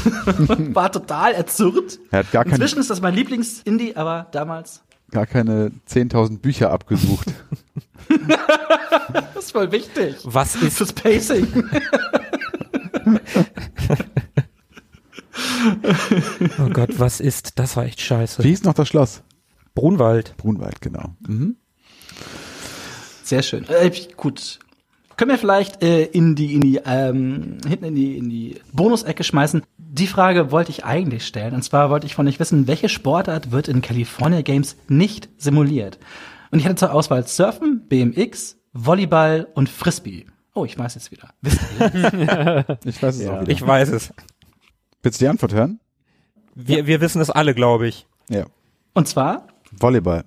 war total erzürnt.
Er hat gar keine-
Inzwischen ist das mein Lieblings-Indie, aber damals
Gar keine 10.000 Bücher abgesucht.
das ist voll wichtig.
Was ist,
Fürs Pacing.
oh Gott, was ist, das war echt scheiße.
Wie hieß noch das Schloss?
Brunwald.
Brunwald, genau.
Sehr schön. Äh, ich- gut. Können wir vielleicht äh, in die, in die ähm, hinten in die, in die Bonusecke schmeißen? Die Frage wollte ich eigentlich stellen. Und zwar wollte ich von euch wissen, welche Sportart wird in California Games nicht simuliert? Und ich hatte zur Auswahl Surfen, BMX, Volleyball und Frisbee. Oh, ich weiß jetzt wieder. Wisst ihr?
Ich weiß es auch wieder.
Ich weiß es.
Willst du die Antwort hören?
Wir, wir wissen es alle, glaube ich.
Ja.
Und zwar,
Volleyball.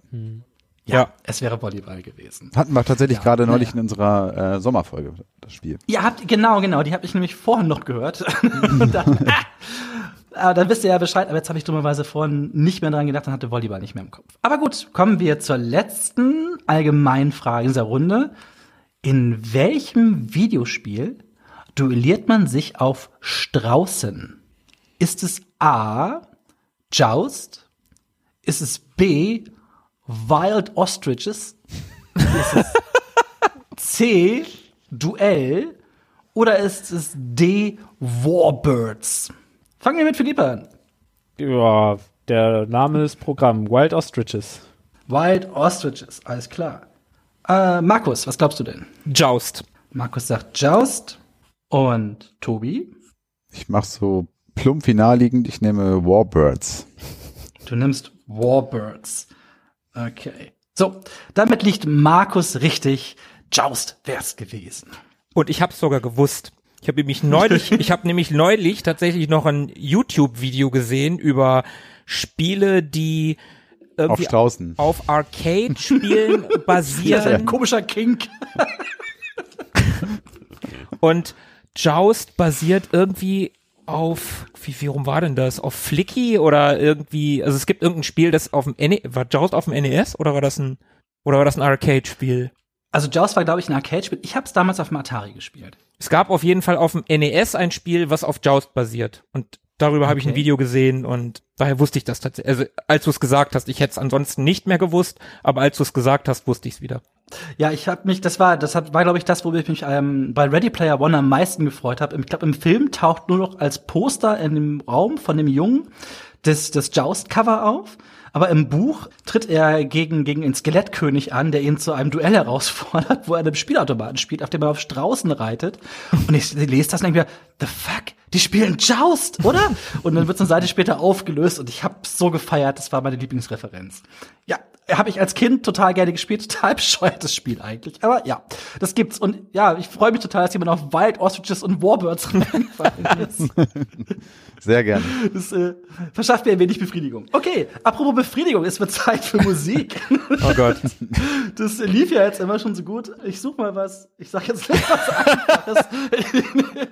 Ja.
es wäre Volleyball gewesen.
Hatten wir tatsächlich gerade neulich in unserer äh, Sommerfolge das Spiel.
Ihr habt, genau, genau, die habe ich nämlich vorhin noch gehört. und dachte, ah, aber dann wisst ihr ja Bescheid, aber jetzt habe ich dummerweise vorhin nicht mehr dran gedacht und hatte Volleyball nicht mehr im Kopf. Aber gut, kommen wir zur letzten allgemeinen Frage dieser Runde. In welchem Videospiel duelliert man sich auf Straußen? Ist es A. Joust? Ist es B. Wild Ostriches? C. Duell oder ist es D. Warbirds? Fangen wir mit Philippe an.
Ja, der Name ist Programm. Wild Ostriches.
Wild Ostriches, alles klar. Äh, Markus, was glaubst du denn?
Joust.
Markus sagt Joust und Tobi,
Ich mache so plump final liegend, ich nehme Warbirds.
du nimmst Warbirds. Okay. So, damit liegt Markus richtig. Joust wär's gewesen.
Und ich habe es sogar gewusst. Ich habe nämlich neulich, ich habe nämlich neulich tatsächlich noch ein YouTube-Video gesehen über Spiele, die
Auf
irgendwie
Straußen.
auf Arcade-Spielen
Ein
basieren
komischer Kink.
und Joust basiert irgendwie auf, wie, wie rum war denn das? Auf Flicky oder irgendwie, also es gibt irgendein Spiel, das auf dem NES, war Joust auf dem NES oder war das ein, oder war das ein Arcade-Spiel?
Also Joust war, glaube ich, ein Arcade-Spiel. Ich habe es damals auf dem Atari gespielt.
Es gab auf jeden Fall auf dem NES ein Spiel, was auf Joust basiert. Und darüber habe ich ein
Okay.
Video gesehen und daher wusste ich das tatsächlich. Also als du es gesagt hast, ich hätte es ansonsten nicht mehr gewusst, aber als du es gesagt hast, wusste ich es wieder.
Ja, ich habe mich, das war, das hat, war glaube ich das, wo ich mich ähm, bei Ready Player One am meisten gefreut habe. Ich glaube, im Film taucht nur noch als Poster in dem Raum von dem Jungen das, das Joust-Cover auf. Aber im Buch tritt er gegen, gegen den Skelettkönig an, der ihn zu einem Duell herausfordert, wo er einen Spielautomaten spielt, auf dem er auf Straußen reitet. Und ich lese das und denke mir, the fuck? Die spielen Joust, oder? Und dann wird's eine Seite später aufgelöst und ich hab's so gefeiert, das war meine Lieblingsreferenz. Ja, habe ich als Kind total gerne gespielt, total bescheuertes Spiel eigentlich. Aber ja, das gibt's. Und ja, ich freue mich total, dass jemand auf Wild Ostriches und Warbirds reingefallen ist.
Sehr gerne.
Das äh, verschafft mir ein wenig Befriedigung. Okay, apropos Befriedigung, es wird Zeit für Musik.
Oh Gott.
Das lief ja jetzt immer schon so gut. Ich such mal was. Ich sag jetzt nicht was Einfaches.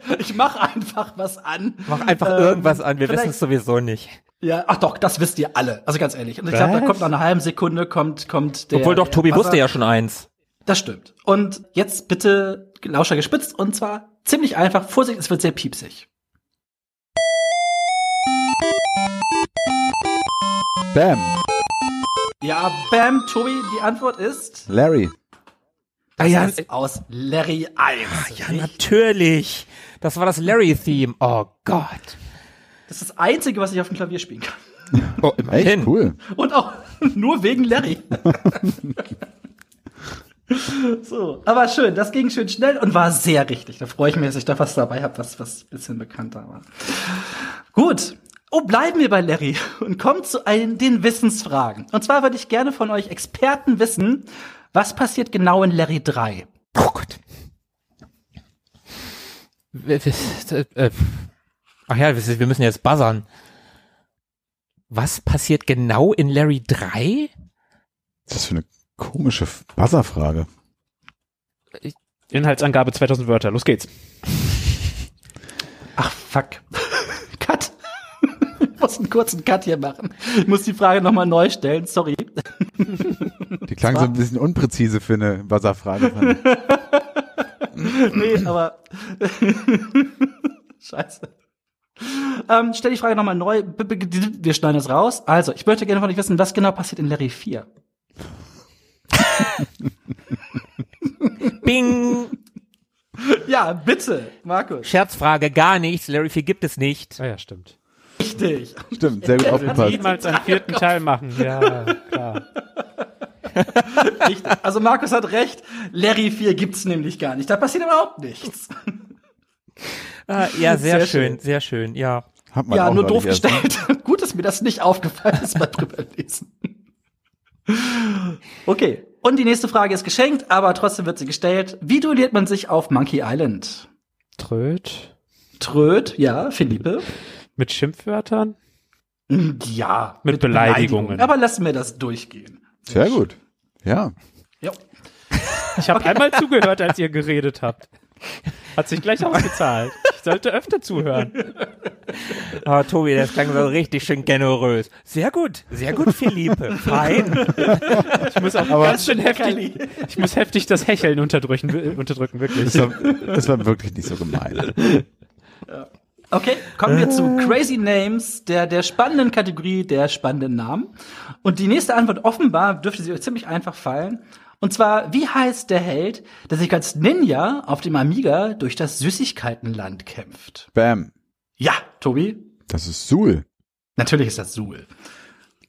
Ich mach einfach was an.
Mach einfach
Ähm,
irgendwas an, wir wissen
vielleicht-
es sowieso nicht.
Ja, ach doch, das wisst ihr alle. Also ganz ehrlich. Und ich glaube, da kommt nach einer halben Sekunde kommt kommt der.
Obwohl doch
der
Tobi
Buzzer.
wusste ja schon eins.
Das stimmt. Und jetzt bitte Lauscher gespitzt und zwar ziemlich einfach. Vorsicht, es wird sehr piepsig.
Bam.
Ja, bam, Tobi, die Antwort ist.
Larry.
Das ist aus Larry 1.
Ja, natürlich. Das war das Larry-Theme. Oh Gott.
Das ist das Einzige, was ich auf dem Klavier spielen kann.
Oh,
Echt cool.
Und auch nur wegen Larry. so, aber schön, das ging schön schnell und war sehr richtig. Da freue ich mich, dass ich da was dabei habe, was, was ein bisschen bekannter war. Gut. Oh, bleiben wir bei Larry und kommen zu ein, den Wissensfragen. Und zwar würde ich gerne von euch Experten wissen, was passiert genau in Larry 3?
Oh Gott. W- w- äh, Ach ja, wir wir müssen jetzt buzzern. Was passiert genau in Larry 3?
Das ist für eine komische Wasserfrage.
Inhaltsangabe 2000 Wörter. Los geht's.
Ach, fuck. Cut. Ich muss einen kurzen Cut hier machen. Ich muss die Frage nochmal neu stellen, sorry.
Die klang so ein bisschen unpräzise für eine Wasserfrage. fand ich.
Nee, aber. Scheiße. Ähm, stell die Frage nochmal neu. B- b- d- Wir schneiden das raus. Also, ich möchte gerne von euch wissen, was genau passiert in Larry 4.
Bing!
Ja, bitte, Markus.
Scherzfrage, gar nichts. Larry 4 gibt es nicht.
Ah ja, stimmt.
Richtig.
Stimmt, sehr gut aufgepasst.
Niemals einen vierten Teil machen. Ja, klar.
Ich, also Markus hat recht, Larry 4 gibt's nämlich gar nicht. Da passiert überhaupt nichts.
Ah, ja, sehr,
Sehr
schön,
schön.
sehr schön, ja.
Hat
ja,
auch
nur
neulich
doof
erst.
gestellt. Gut, dass mir das nicht aufgefallen ist beim drüberlesen. Okay. Und die nächste Frage ist geschenkt, aber trotzdem wird sie gestellt. Wie duelliert man sich auf Monkey Island?
Tröd.
Tröd, ja, Philippe.
Mit Schimpfwörtern?
Ja.
Mit Beleidigungen.
Aber lassen wir das durchgehen.
Sehr gut. Ja.
Ja.
Ich habe einmal zugehört, als ihr geredet habt. Hat sich gleich ausgezahlt. Ich sollte öfter zuhören.
Ah, Tobi, das klang so richtig schön generös. Sehr gut, sehr gut, Philippe. Fein.
Ich muss auch ganz schön heftig, ich muss heftig das Hecheln unterdrücken, wi- unterdrücken wirklich.
Das war, das war wirklich nicht so gemein.
Okay, kommen wir zu Crazy Names, der, der spannenden Kategorie der spannenden Namen. Und die nächste Antwort offenbar dürfte sie euch ziemlich einfach fallen. Und zwar, wie heißt der Held, der sich als Ninja auf dem Amiga durch das Süßigkeitenland kämpft?
Bam.
Ja, Tobi,
Das ist Suhl.
natürlich ist das Suhl.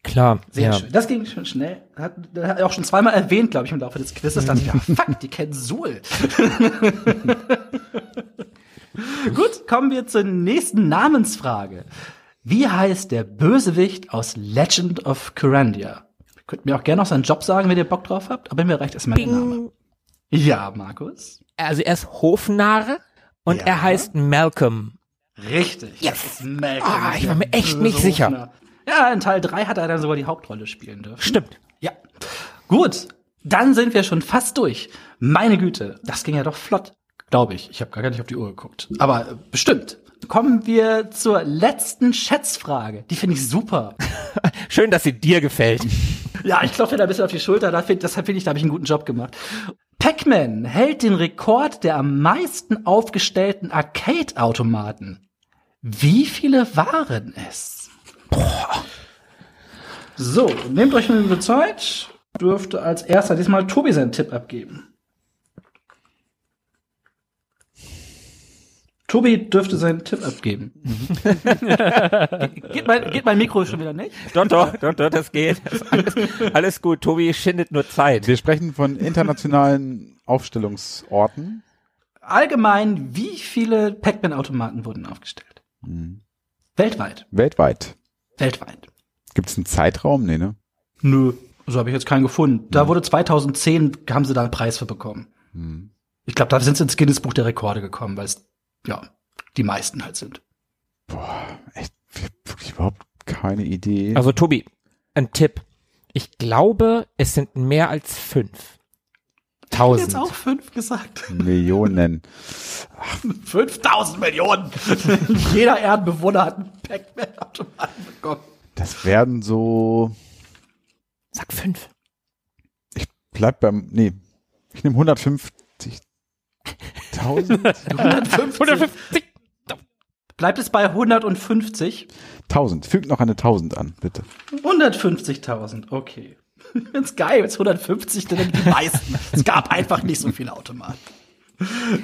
Klar,
Sehr
ja.
schön. Das ging schon schnell. Hat, hat er auch schon zweimal erwähnt, glaube ich, im Laufe des Quizzes. Dachte ich, ja,
Mhm.
fuck, die kennen Suhl. Gut, kommen wir zur nächsten Namensfrage. Wie heißt der Bösewicht aus Legend of Curandia? Ihr könnt mir auch gerne noch seinen Job sagen, wenn ihr Bock drauf habt, aber mir reicht erstmal der Name.
Bing.
Ja, Markus.
Also er ist Hofnarr und
Ja.
er heißt Malcolm.
Richtig.
Yes.
Das ist Malcolm,
Ah, ich war
der
mir echt
böse
nicht sicher.
Hofner. Ja, in Teil 3 hat er dann sogar die Hauptrolle spielen dürfen.
Stimmt.
Ja. Gut, dann sind wir schon fast durch. Meine Güte, das ging ja doch flott, glaube ich. Ich habe gar nicht auf die Uhr geguckt. Aber äh, bestimmt. Kommen wir zur letzten Schätzfrage. Die finde ich super.
Schön, dass sie dir gefällt.
Ja, ich klopfe da ein bisschen auf die Schulter. Da find, deshalb finde ich, da habe ich einen guten Job gemacht. Pac-Man hält den Rekord der am meisten aufgestellten Arcade-Automaten. Wie viele waren es? Boah. So, nehmt euch eine Minute Zeit. Dürfte als erster diesmal Tobi seinen Tipp abgeben. Tobi dürfte seinen Tipp abgeben. geht, mein, geht mein Mikro schon wieder nicht?
Doch, doch, doch, doch, das geht. Das ist alles, alles gut. Tobi schindet nur Zeit.
Wir sprechen von internationalen Aufstellungsorten.
allgemein, wie viele Pac-Man-Automaten wurden aufgestellt? Weltweit.
Weltweit.
Weltweit.
Gibt es einen Zeitraum? Nee, ne?
Nö, so habe ich jetzt keinen gefunden. Da wurde 2010, haben sie da einen Preis für bekommen.
Hm.
Ich glaube, da sind sie ins Guinness-Buch der Rekorde gekommen, weil es, ja, die meisten halt sind.
Boah, echt, ich hab wirklich überhaupt keine Idee.
Also Tobi, ein Tipp. Ich glaube, es sind mehr als fünf. Tausend.
fünf gesagt.
Millionen.
5000 Millionen. Jeder Erdenbewohner hat einen Pac-Man-Automaten bekommen.
Das werden so.
Sag fünf.
Ich bleib beim. Nee, ich nehme 150.000.
Äh, 150.
150.
Bleibt es bei 150?
1000. Fügt noch eine 1000 an, bitte.
150.000, okay. Ich find's geil, jetzt 150, denn die meisten. es gab einfach nicht so viele Automaten.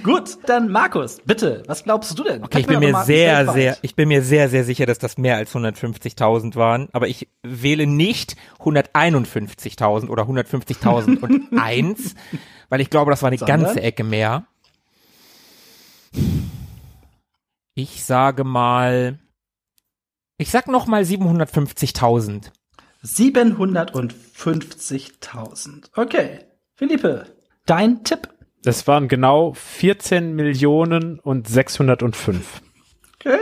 Gut, dann Markus, bitte, was glaubst du denn?
Okay, ich bin mir sehr, sehr, ich bin mir sehr, sehr sicher, dass das mehr als 150.000 waren. Aber ich wähle nicht 151.000 oder 150.000 und eins, weil ich glaube, das war eine
Sondern?
ganze Ecke mehr. Ich sage mal, ich sag noch mal 750.000.
750.000. Okay, Philippe, dein Tipp.
Das waren genau 14 Millionen und 605.
Okay,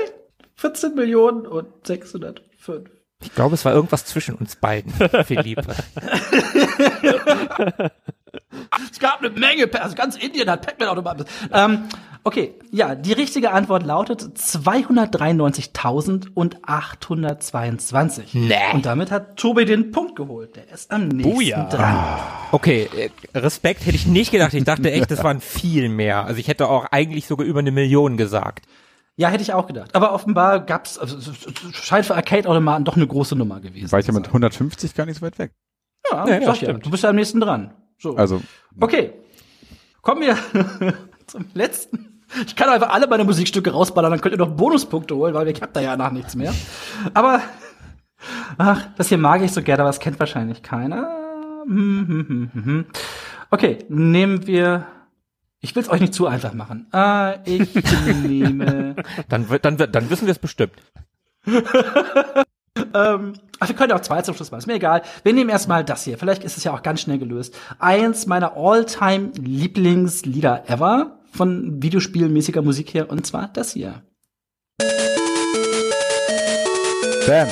14 Millionen und 605.
Ich glaube, es war irgendwas zwischen uns beiden, Philippe.
Es gab eine Menge, Pa- also ganz Indien hat Pac-Man-Automaten. Ähm, okay, ja, die richtige Antwort lautet 293.822.
Nee.
Und damit hat Tobi den Punkt geholt. Der ist am nächsten
Buja.
dran.
Okay, äh, Respekt hätte ich nicht gedacht. Ich dachte echt, das waren viel mehr. Also ich hätte auch eigentlich sogar über eine Million gesagt.
Ja, hätte ich auch gedacht. Aber offenbar gab's, also, es- es- es scheint für Arcade-Automaten doch eine große Nummer gewesen.
War ich ja
zu
mit 150 gar nicht so weit weg.
sein. Ja,
Ja,
sag
ja,
ja,
stimmt.
du bist ja am nächsten dran. So.
Also,
Okay. Kommen wir zum letzten. Ich kann einfach alle meine Musikstücke rausballern, dann könnt ihr noch Bonuspunkte holen, weil ich hab da ja nach nichts mehr. Aber, ach, das hier mag ich so gerne, aber das kennt wahrscheinlich keiner. hm, hm, hm, hm, hm. Okay, nehmen wir. Ich will es euch nicht zu einfach machen. Äh, ich nehme.
Dann, wird- dann, wird- dann wissen wir es bestimmt.
Ähm, ach, wir können auch zwei zum Schluss machen, ist mir egal. Wir nehmen erstmal das hier. Vielleicht ist es ja auch ganz schnell gelöst. Eins meiner all-time Lieblingslieder ever von videospielmäßiger Musik her, und zwar das hier.
Bam.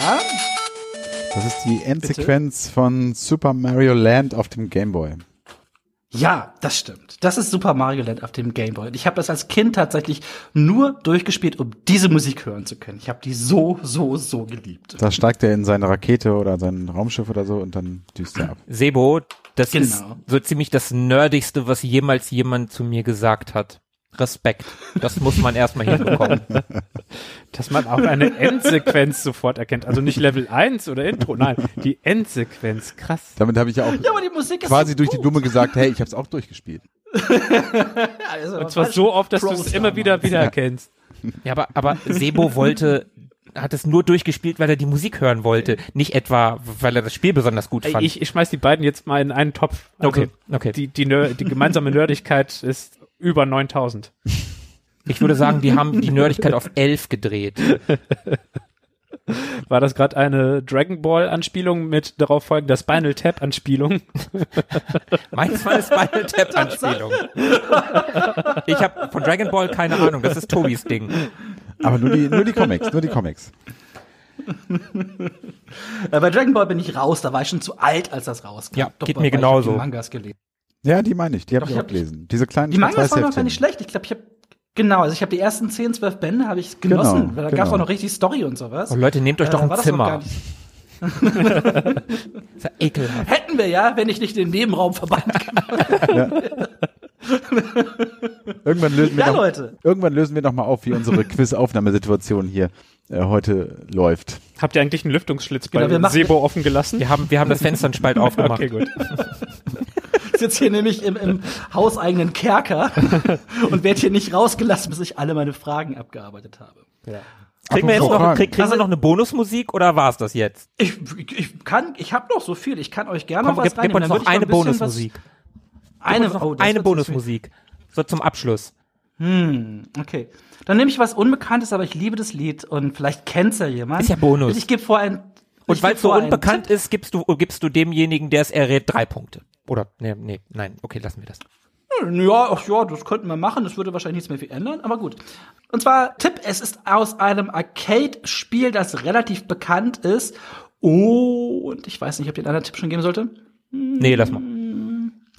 Ah?
Ja?
Das ist die Endsequenz von Super Mario Land auf dem Game Boy.
Ja, das stimmt. Das ist Super Mario Land auf dem Game Boy. Und ich habe das als Kind tatsächlich nur durchgespielt, um diese Musik hören zu können. Ich habe die so, so, so geliebt.
Da steigt er in seine Rakete oder sein Raumschiff oder so und dann düst er ab.
Sebo, das ist
Genau.
so ziemlich das Nerdigste, was jemals jemand zu mir gesagt hat. Respekt. Das muss man erstmal hinbekommen.
Dass man auch eine Endsequenz sofort erkennt. Also nicht Level 1 oder Intro, nein, die Endsequenz. Krass.
Damit habe ich ja auch
Ja, aber die Musik ist
quasi
so
durch die
gut.
Blume gesagt, hey, ich habe es auch durchgespielt.
Ja, also,
Und zwar so oft, dass du es immer wieder wiedererkennst.
Ja, aber, aber Sebo wollte, hat es nur durchgespielt, weil er die Musik hören wollte. Nicht etwa, weil er das Spiel besonders gut
Ey,
fand.
Ich, ich schmeiß die beiden jetzt mal in einen Topf. Also
Okay, okay.
Die, die, Ner- die gemeinsame Nerdigkeit ist über 9000.
ich würde sagen, die haben die Nerdigkeit auf elf gedreht.
War das gerade eine Dragon Ball Anspielung mit darauf folgender Spinal Tap Anspielung?
Meins war eine Spinal Tap Anspielung. Ich habe von Dragon Ball keine Ahnung, das ist Tobis Ding.
Aber nur die, nur die Comics, nur die Comics.
Äh, Bei Dragon Ball bin ich raus, da war ich schon zu alt, als das rauskam.
Ja, geht
weil
mir
ich hab
genauso.
Die Mangas gelesen.
Ja, die meine ich, die habe ich
ich
auch
hab-
gelesen. Diese kleinen
Die Mangas waren noch gar
Schwarz-Weiß-Heftchen.
nicht schlecht. Ich glaube, ich habe genau, also ich habe die ersten 10, 12 Bände habe ich genossen.
Genau,
weil da
genau.
gab's auch noch richtig Story und sowas.
Oh, Leute, nehmt euch
Äh,
doch
war
ein
das noch gar
Zimmer.
nicht-
Das ist ja ekelhaft.
Hätten wir ja, wenn ich nicht den Nebenraum verbannt.
Irgendwann lösen wir
Ja,
noch,
Leute.
Irgendwann lösen wir noch mal auf, wie unsere Quiz-Aufnahmesituation hier äh, heute läuft.
Habt ihr eigentlich einen Lüftungsschlitz
Genau, wir
bei
machen-
Sebo offen gelassen?
Wir haben, wir haben das Fenster einen Spalt aufgemacht.
Okay, gut.
Ich sitze hier nämlich im, im hauseigenen Kerker und werde hier nicht rausgelassen, bis ich alle meine Fragen abgearbeitet habe.
Kriegen wir jetzt
Apropos
noch,
Fragen.
krieg, kriegen wir noch eine Bonusmusik oder war's das jetzt?
Ich, ich- ich kann, ich habe noch so viel. Ich kann euch gerne
Komm,
noch was
gib, gib uns
reinnehmen, dann
noch eine
würd ich ein bisschen was-
Bonusmusik.
Eine,
noch
oh,
eine
das wird jetzt-
Bonusmusik. So zum Abschluss.
Okay. Dann nehme ich was Unbekanntes, aber ich liebe das Lied und vielleicht kennt's ja jemand.
Ist ja Bonus.
Ich gebe vor ein.
Und weil es so
unbekannt
unbekannt ist, gibst du, gibst du demjenigen, der es errät, drei Punkte. Oder, nee, nee, nein, okay, lassen wir das.
Ja, ach ja, das könnten wir machen. Das würde wahrscheinlich nichts mehr viel ändern, aber gut. Und zwar Tipp, es ist aus einem Arcade-Spiel, das relativ bekannt ist. Und ich weiß nicht, ob ich den anderen Tipp schon geben sollte.
Nee, lass mal.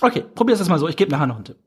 Okay, probier's jetzt mal so. Ich gebe nachher noch einen Tipp.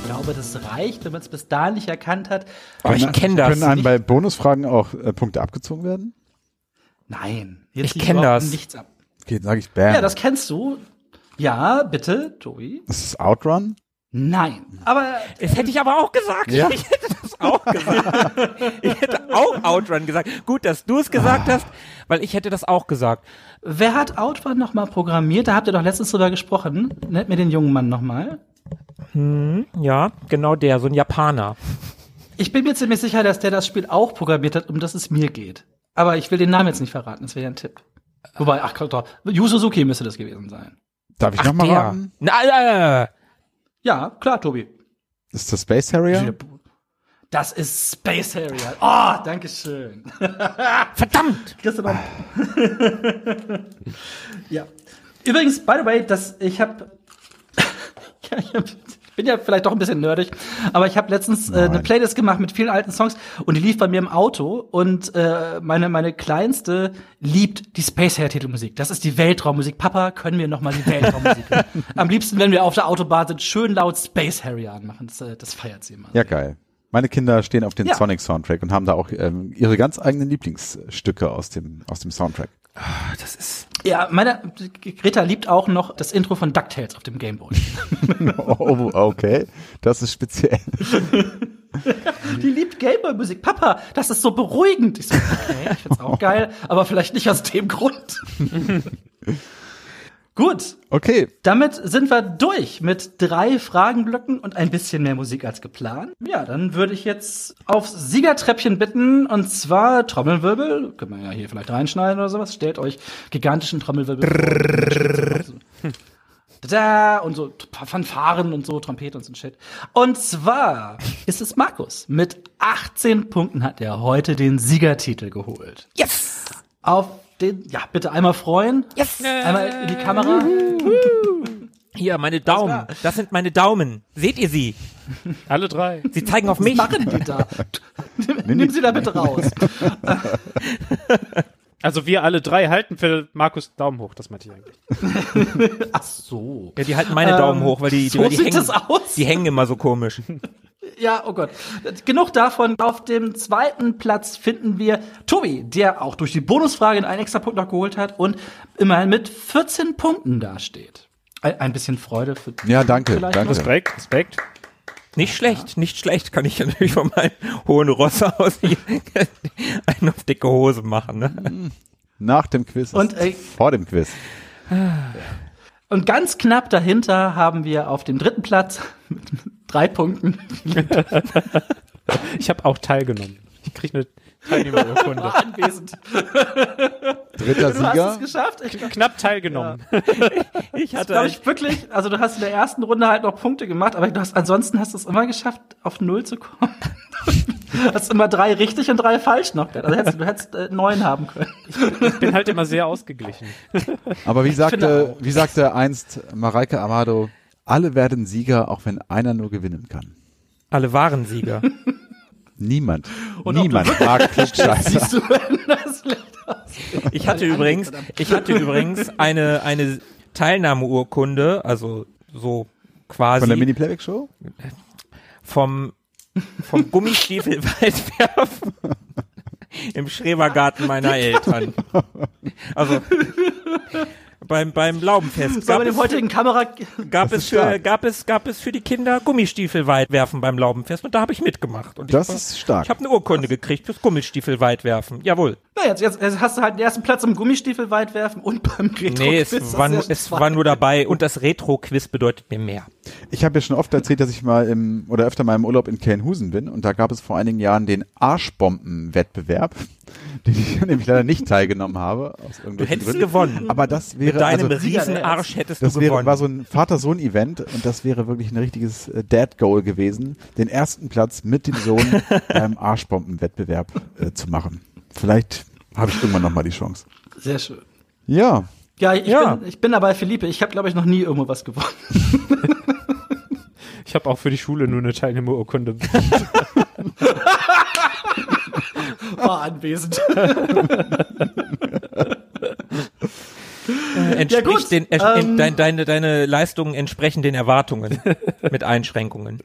Ich glaube, das reicht, wenn man es bis dahin nicht erkannt hat.
Aber ich
Können-
kenne das.
Können einem
nicht.
bei Bonusfragen auch äh, Punkte abgezogen werden?
Nein, jetzt
Ich
liegt
kenn
überhaupt
das.
Nichts ab.
Okay, dann sage ich Bam.
Ja, das kennst du. Ja, bitte, Tobi.
das ist Outrun.
Nein, aber
Das hätte ich aber auch gesagt.
Ja.
Ich hätte das auch gesagt. Ich hätte auch Outrun gesagt. Gut, dass du es gesagt hast, weil ich hätte das auch gesagt.
wer hat Outrun noch mal programmiert? Da habt ihr doch letztens drüber gesprochen. Nennt mir den jungen Mann noch mal.
Ja, genau der, so ein Japaner.
Ich bin mir ziemlich sicher, dass der das Spiel auch programmiert hat, um das es mir geht. Aber ich will den Namen jetzt nicht verraten, das wäre ja ein Tipp. Wobei, ach Gott, Yu Suzuki müsste das gewesen sein.
Darf ich nochmal
der.
raten?
Na, äh,
Ja, klar, Tobi.
Ist das Space Harrier?
Das ist Space Harrier. Oh, danke schön.
verdammt!
Kriegst du noch- ja. Übrigens, by the way, das, ich habe. ja, ich habe bin ja vielleicht doch ein bisschen nerdig, aber ich habe letztens äh, eine
Nein.
Playlist gemacht mit vielen alten Songs und die lief bei mir im Auto und äh, meine meine kleinste liebt die Space Hair Titelmusik. Das ist die Weltraummusik. Papa, können wir noch mal die Weltraummusik? hören? Am liebsten, wenn wir auf der Autobahn sind, schön laut Space Harrier anmachen. Das, äh, das feiert sie immer.
Ja, geil. Meine Kinder stehen auf den
Ja.
Sonic-Soundtrack und haben da auch ähm, ihre ganz eigenen Lieblingsstücke aus dem, aus dem Soundtrack.
Ja, meine Greta liebt auch noch das Intro von DuckTales auf dem Gameboy.
Oh, okay. Das ist speziell.
Die liebt Gameboy-Musik. Papa, das ist so beruhigend. Ich so, okay, ich find's auch geil, aber vielleicht nicht aus dem Grund. Gut,
Okay,
damit sind wir durch mit drei Fragenblöcken und ein bisschen mehr Musik als geplant. Ja, dann würde ich jetzt aufs Siegertreppchen bitten und zwar Trommelwirbel. Können wir ja hier vielleicht reinschneiden oder sowas. Stellt euch gigantischen Trommelwirbel. vor. Da und so Fanfaren und so Trompete und so ein Shit. Und zwar ist es Markus. Mit 18 Punkten hat er heute den Siegertitel geholt. Yes! Auf den, ja, bitte einmal freuen. Yes! Ähm, Einmal in die Kamera.
Hier, meine Daumen. Das sind meine Daumen. Seht ihr sie?
Alle drei.
Sie zeigen auf mich.
machen die da? Nimm, nimm sie da bitte raus.
Also wir alle drei halten für Markus Daumen hoch, das meinte ich eigentlich.
Ach so.
Ja, die halten meine
Ähm,
Daumen hoch, weil die, die,
so
weil die
sieht
hängen.
es aus.
Die hängen immer so komisch.
Ja, oh Gott. Genug davon. Auf dem zweiten Platz finden wir Tobi, der auch durch die Bonusfrage einen extra Punkt noch geholt hat und immerhin mit 14 Punkten dasteht. Ein, ein bisschen Freude für
Ja, danke,
Vielleicht
danke.
noch.
Respekt, Respekt.
Nicht schlecht, nicht schlecht. Kann ich ja natürlich von meinem hohen Ross aus hier einen auf dicke Hose machen. Ne?
Mhm.
nach dem Quiz.
Und,
ist
äh,
vor dem Quiz.
Und ganz knapp dahinter haben wir auf dem dritten Platz mit drei Punkten
Ich habe auch teilgenommen. Ich krieg eine Teilnehmerurkunde.
anwesend.
Dritter
Du hast es
Sieger.
geschafft. Ich
Knapp teilgenommen.
Ich hatte
glaube ich wirklich, also du hast in der ersten Runde halt noch Punkte gemacht, aber du hast, ansonsten hast du es immer geschafft, auf Null zu kommen. Du hast immer drei richtig und drei falsch noch. Also hättest, du hättest äh, neun haben können.
Ich bin halt immer sehr ausgeglichen.
Aber wie sagte,
finde
wie sagte einst Mareike Amado, alle werden Sieger, auch wenn einer nur gewinnen kann.
alle waren Sieger.
Niemand, niemand mag Klugscheißer.
Siehst du, wenn das Licht aus-
Ich hatte übrigens, ich hatte übrigens eine, eine Teilnahmeurkunde, also so
Von der
quasi
Mini-Playback-Show?
vom, vom Gummistiefel weit werfen im Schrebergarten meiner Eltern. Also beim, beim Laubenfest
Soll
gab
man
es,
dem heutigen Kamera.
gab, es für,
stark.
gab, es, gab es für die Kinder Gummistiefel weit werfen beim Laubenfest und da habe ich mitgemacht. Und
Das
ich, war-
ist stark.
Ich habe eine Urkunde gekriegt fürs Gummistiefel weit werfen. Jawohl.
Na, jetzt, jetzt, jetzt hast du halt den ersten Platz im Gummistiefel weit werfen und beim Retro.
Nee, es war, nur- es war nur dabei und das Retro-Quiz bedeutet mir mehr.
Ich habe ja schon oft erzählt, dass ich mal im oder öfter mal im Urlaub in Kelnhusen bin und da gab es vor einigen Jahren den Arschbomben-Wettbewerb, den ich nämlich leider nicht teilgenommen habe. Aus
Du hättest gewonnen.
Aber das wäre
Deinem
also,
riesen Arsch hättest
das
du
wäre,
gewonnen.
war so ein Vater-Sohn-Event und das wäre wirklich ein richtiges äh, Dad-Goal gewesen, den ersten Platz mit dem Sohn beim Arschbomben-Wettbewerb äh, zu machen. Vielleicht habe ich irgendwann nochmal die Chance.
Sehr schön.
Ja,
Ja, ich,
Ja.
Bin, ich bin dabei, Philippe. Ich habe, glaube ich, noch nie irgendwo was gewonnen.
Ich habe auch für die Schule nur eine Teilnehmerurkunde.
War anwesend.
Entspricht
gut,
den, ents-
ähm,
in- dein, deine, deine Leistungen entsprechen den Erwartungen mit Einschränkungen.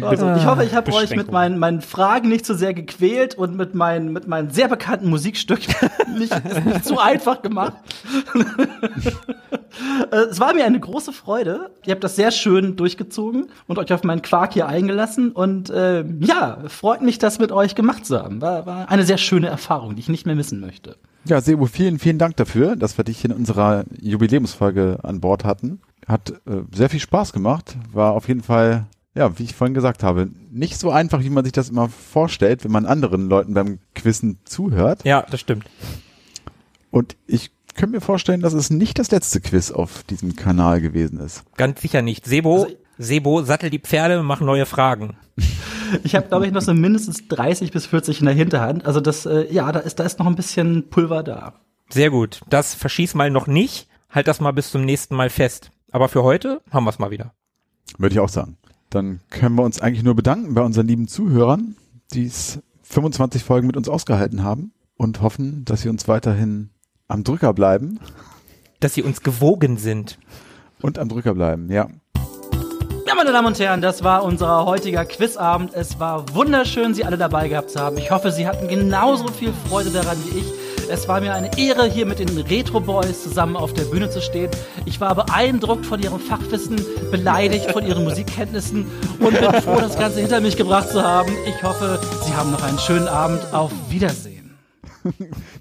Also, ich hoffe, ich habe euch mit
Beschränkung.
meinen, meinen Fragen nicht zu sehr gequält und mit meinen, mit meinen sehr bekannten Musikstücken nicht, es nicht zu einfach gemacht. Äh, es war mir eine große Freude. Ihr habt das sehr schön durchgezogen und euch auf meinen Quark hier eingelassen. Und äh, ja, freut mich, das mit euch gemacht zu haben. War, war eine sehr schöne Erfahrung, die ich nicht mehr missen möchte.
Ja, Sebo, vielen, vielen Dank dafür, dass wir dich in unserer Jubiläumsfolge an Bord hatten. Hat äh, sehr viel Spaß gemacht, war auf jeden Fall, ja, wie ich vorhin gesagt habe, nicht so einfach, wie man sich das immer vorstellt, wenn man anderen Leuten beim Quizzen zuhört.
Ja, das stimmt.
Und ich könnte mir vorstellen, dass es nicht das letzte Quiz auf diesem Kanal gewesen ist.
Ganz sicher nicht. Sebo, Sebo, sattel die Pferde, mach neue Fragen.
Ich habe, glaube ich, noch so mindestens 30 bis 40 in der Hinterhand. Also das, äh, ja, da ist, da ist noch ein bisschen Pulver da.
Sehr gut. Das verschieß mal noch nicht. Halt das mal bis zum nächsten Mal fest. Aber für heute haben wir es mal wieder.
Würde ich auch sagen. Dann können wir uns eigentlich nur bedanken bei unseren lieben Zuhörern, die es 25 Folgen mit uns ausgehalten haben und hoffen, dass sie uns weiterhin am Drücker bleiben
Dass sie uns gewogen sind.
und am Drücker bleiben, ja.
Ja, meine Damen und Herren, das war unser heutiger Quizabend. Es war wunderschön, Sie alle dabei gehabt zu haben. Ich hoffe, Sie hatten genauso viel Freude daran wie ich. Es war mir eine Ehre, hier mit den Retro Boys zusammen auf der Bühne zu stehen. Ich war beeindruckt von Ihrem Fachwissen, beleidigt von Ihren Musikkenntnissen und bin froh, das Ganze hinter mich gebracht zu haben. Ich hoffe, Sie haben noch einen schönen Abend. Auf Wiedersehen.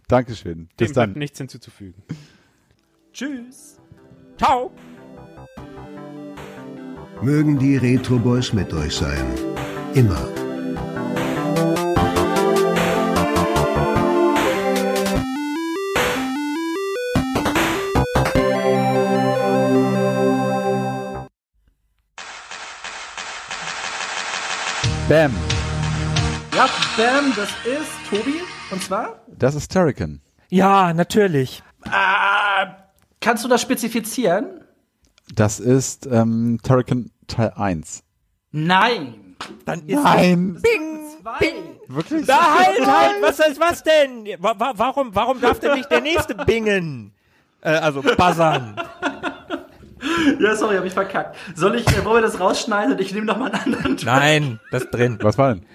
Dankeschön. Bis
Dem bleibt
dann.
nichts hinzuzufügen.
Tschüss.
Ciao!
Mögen die Retro Boys mit euch sein. Immer.
Bam.
Ja, Bam, das ist Tobi. Und zwar?
Das ist Terrican.
Ja, natürlich.
Kannst du das spezifizieren?
Das ist ähm, Terrican Teil 1.
Nein.
Dann ist
Nein.
Nein.
Wirklich?
Da halt, halt, was ist was denn? Wa wa warum, warum darf denn nicht der nächste bingen? Äh, also buzzern.
Ja, sorry, hab ich verkackt. Soll ich, äh, wollen wir das rausschneiden und ich nehme nochmal einen anderen Ton?
Nein, das drin. Ähm,
Was war denn?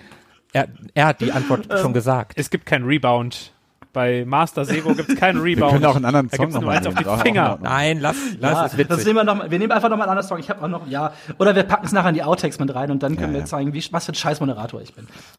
Er, er hat die Antwort schon gesagt.
Es gibt keinen Rebound. Bei Master Sebo gibt es keinen
Wir
Rebound.
können auch einen anderen
Da
Song
gibt's nur
nochmal
eins auf
nehmen.
die
Ist auch in
Finger.
Ordnung.
Nein, lass,
Ja,
lass es
Ah, das
witzig.
nehmen wir noch. Wir nehmen einfach nochmal einen anderen Song. Ich habe auch noch, ja. Oder wir packen es nachher in die Outtakes mit rein und dann können
Ja,
wir
ja.
zeigen, wie, was für ein scheiß Moderator ich bin.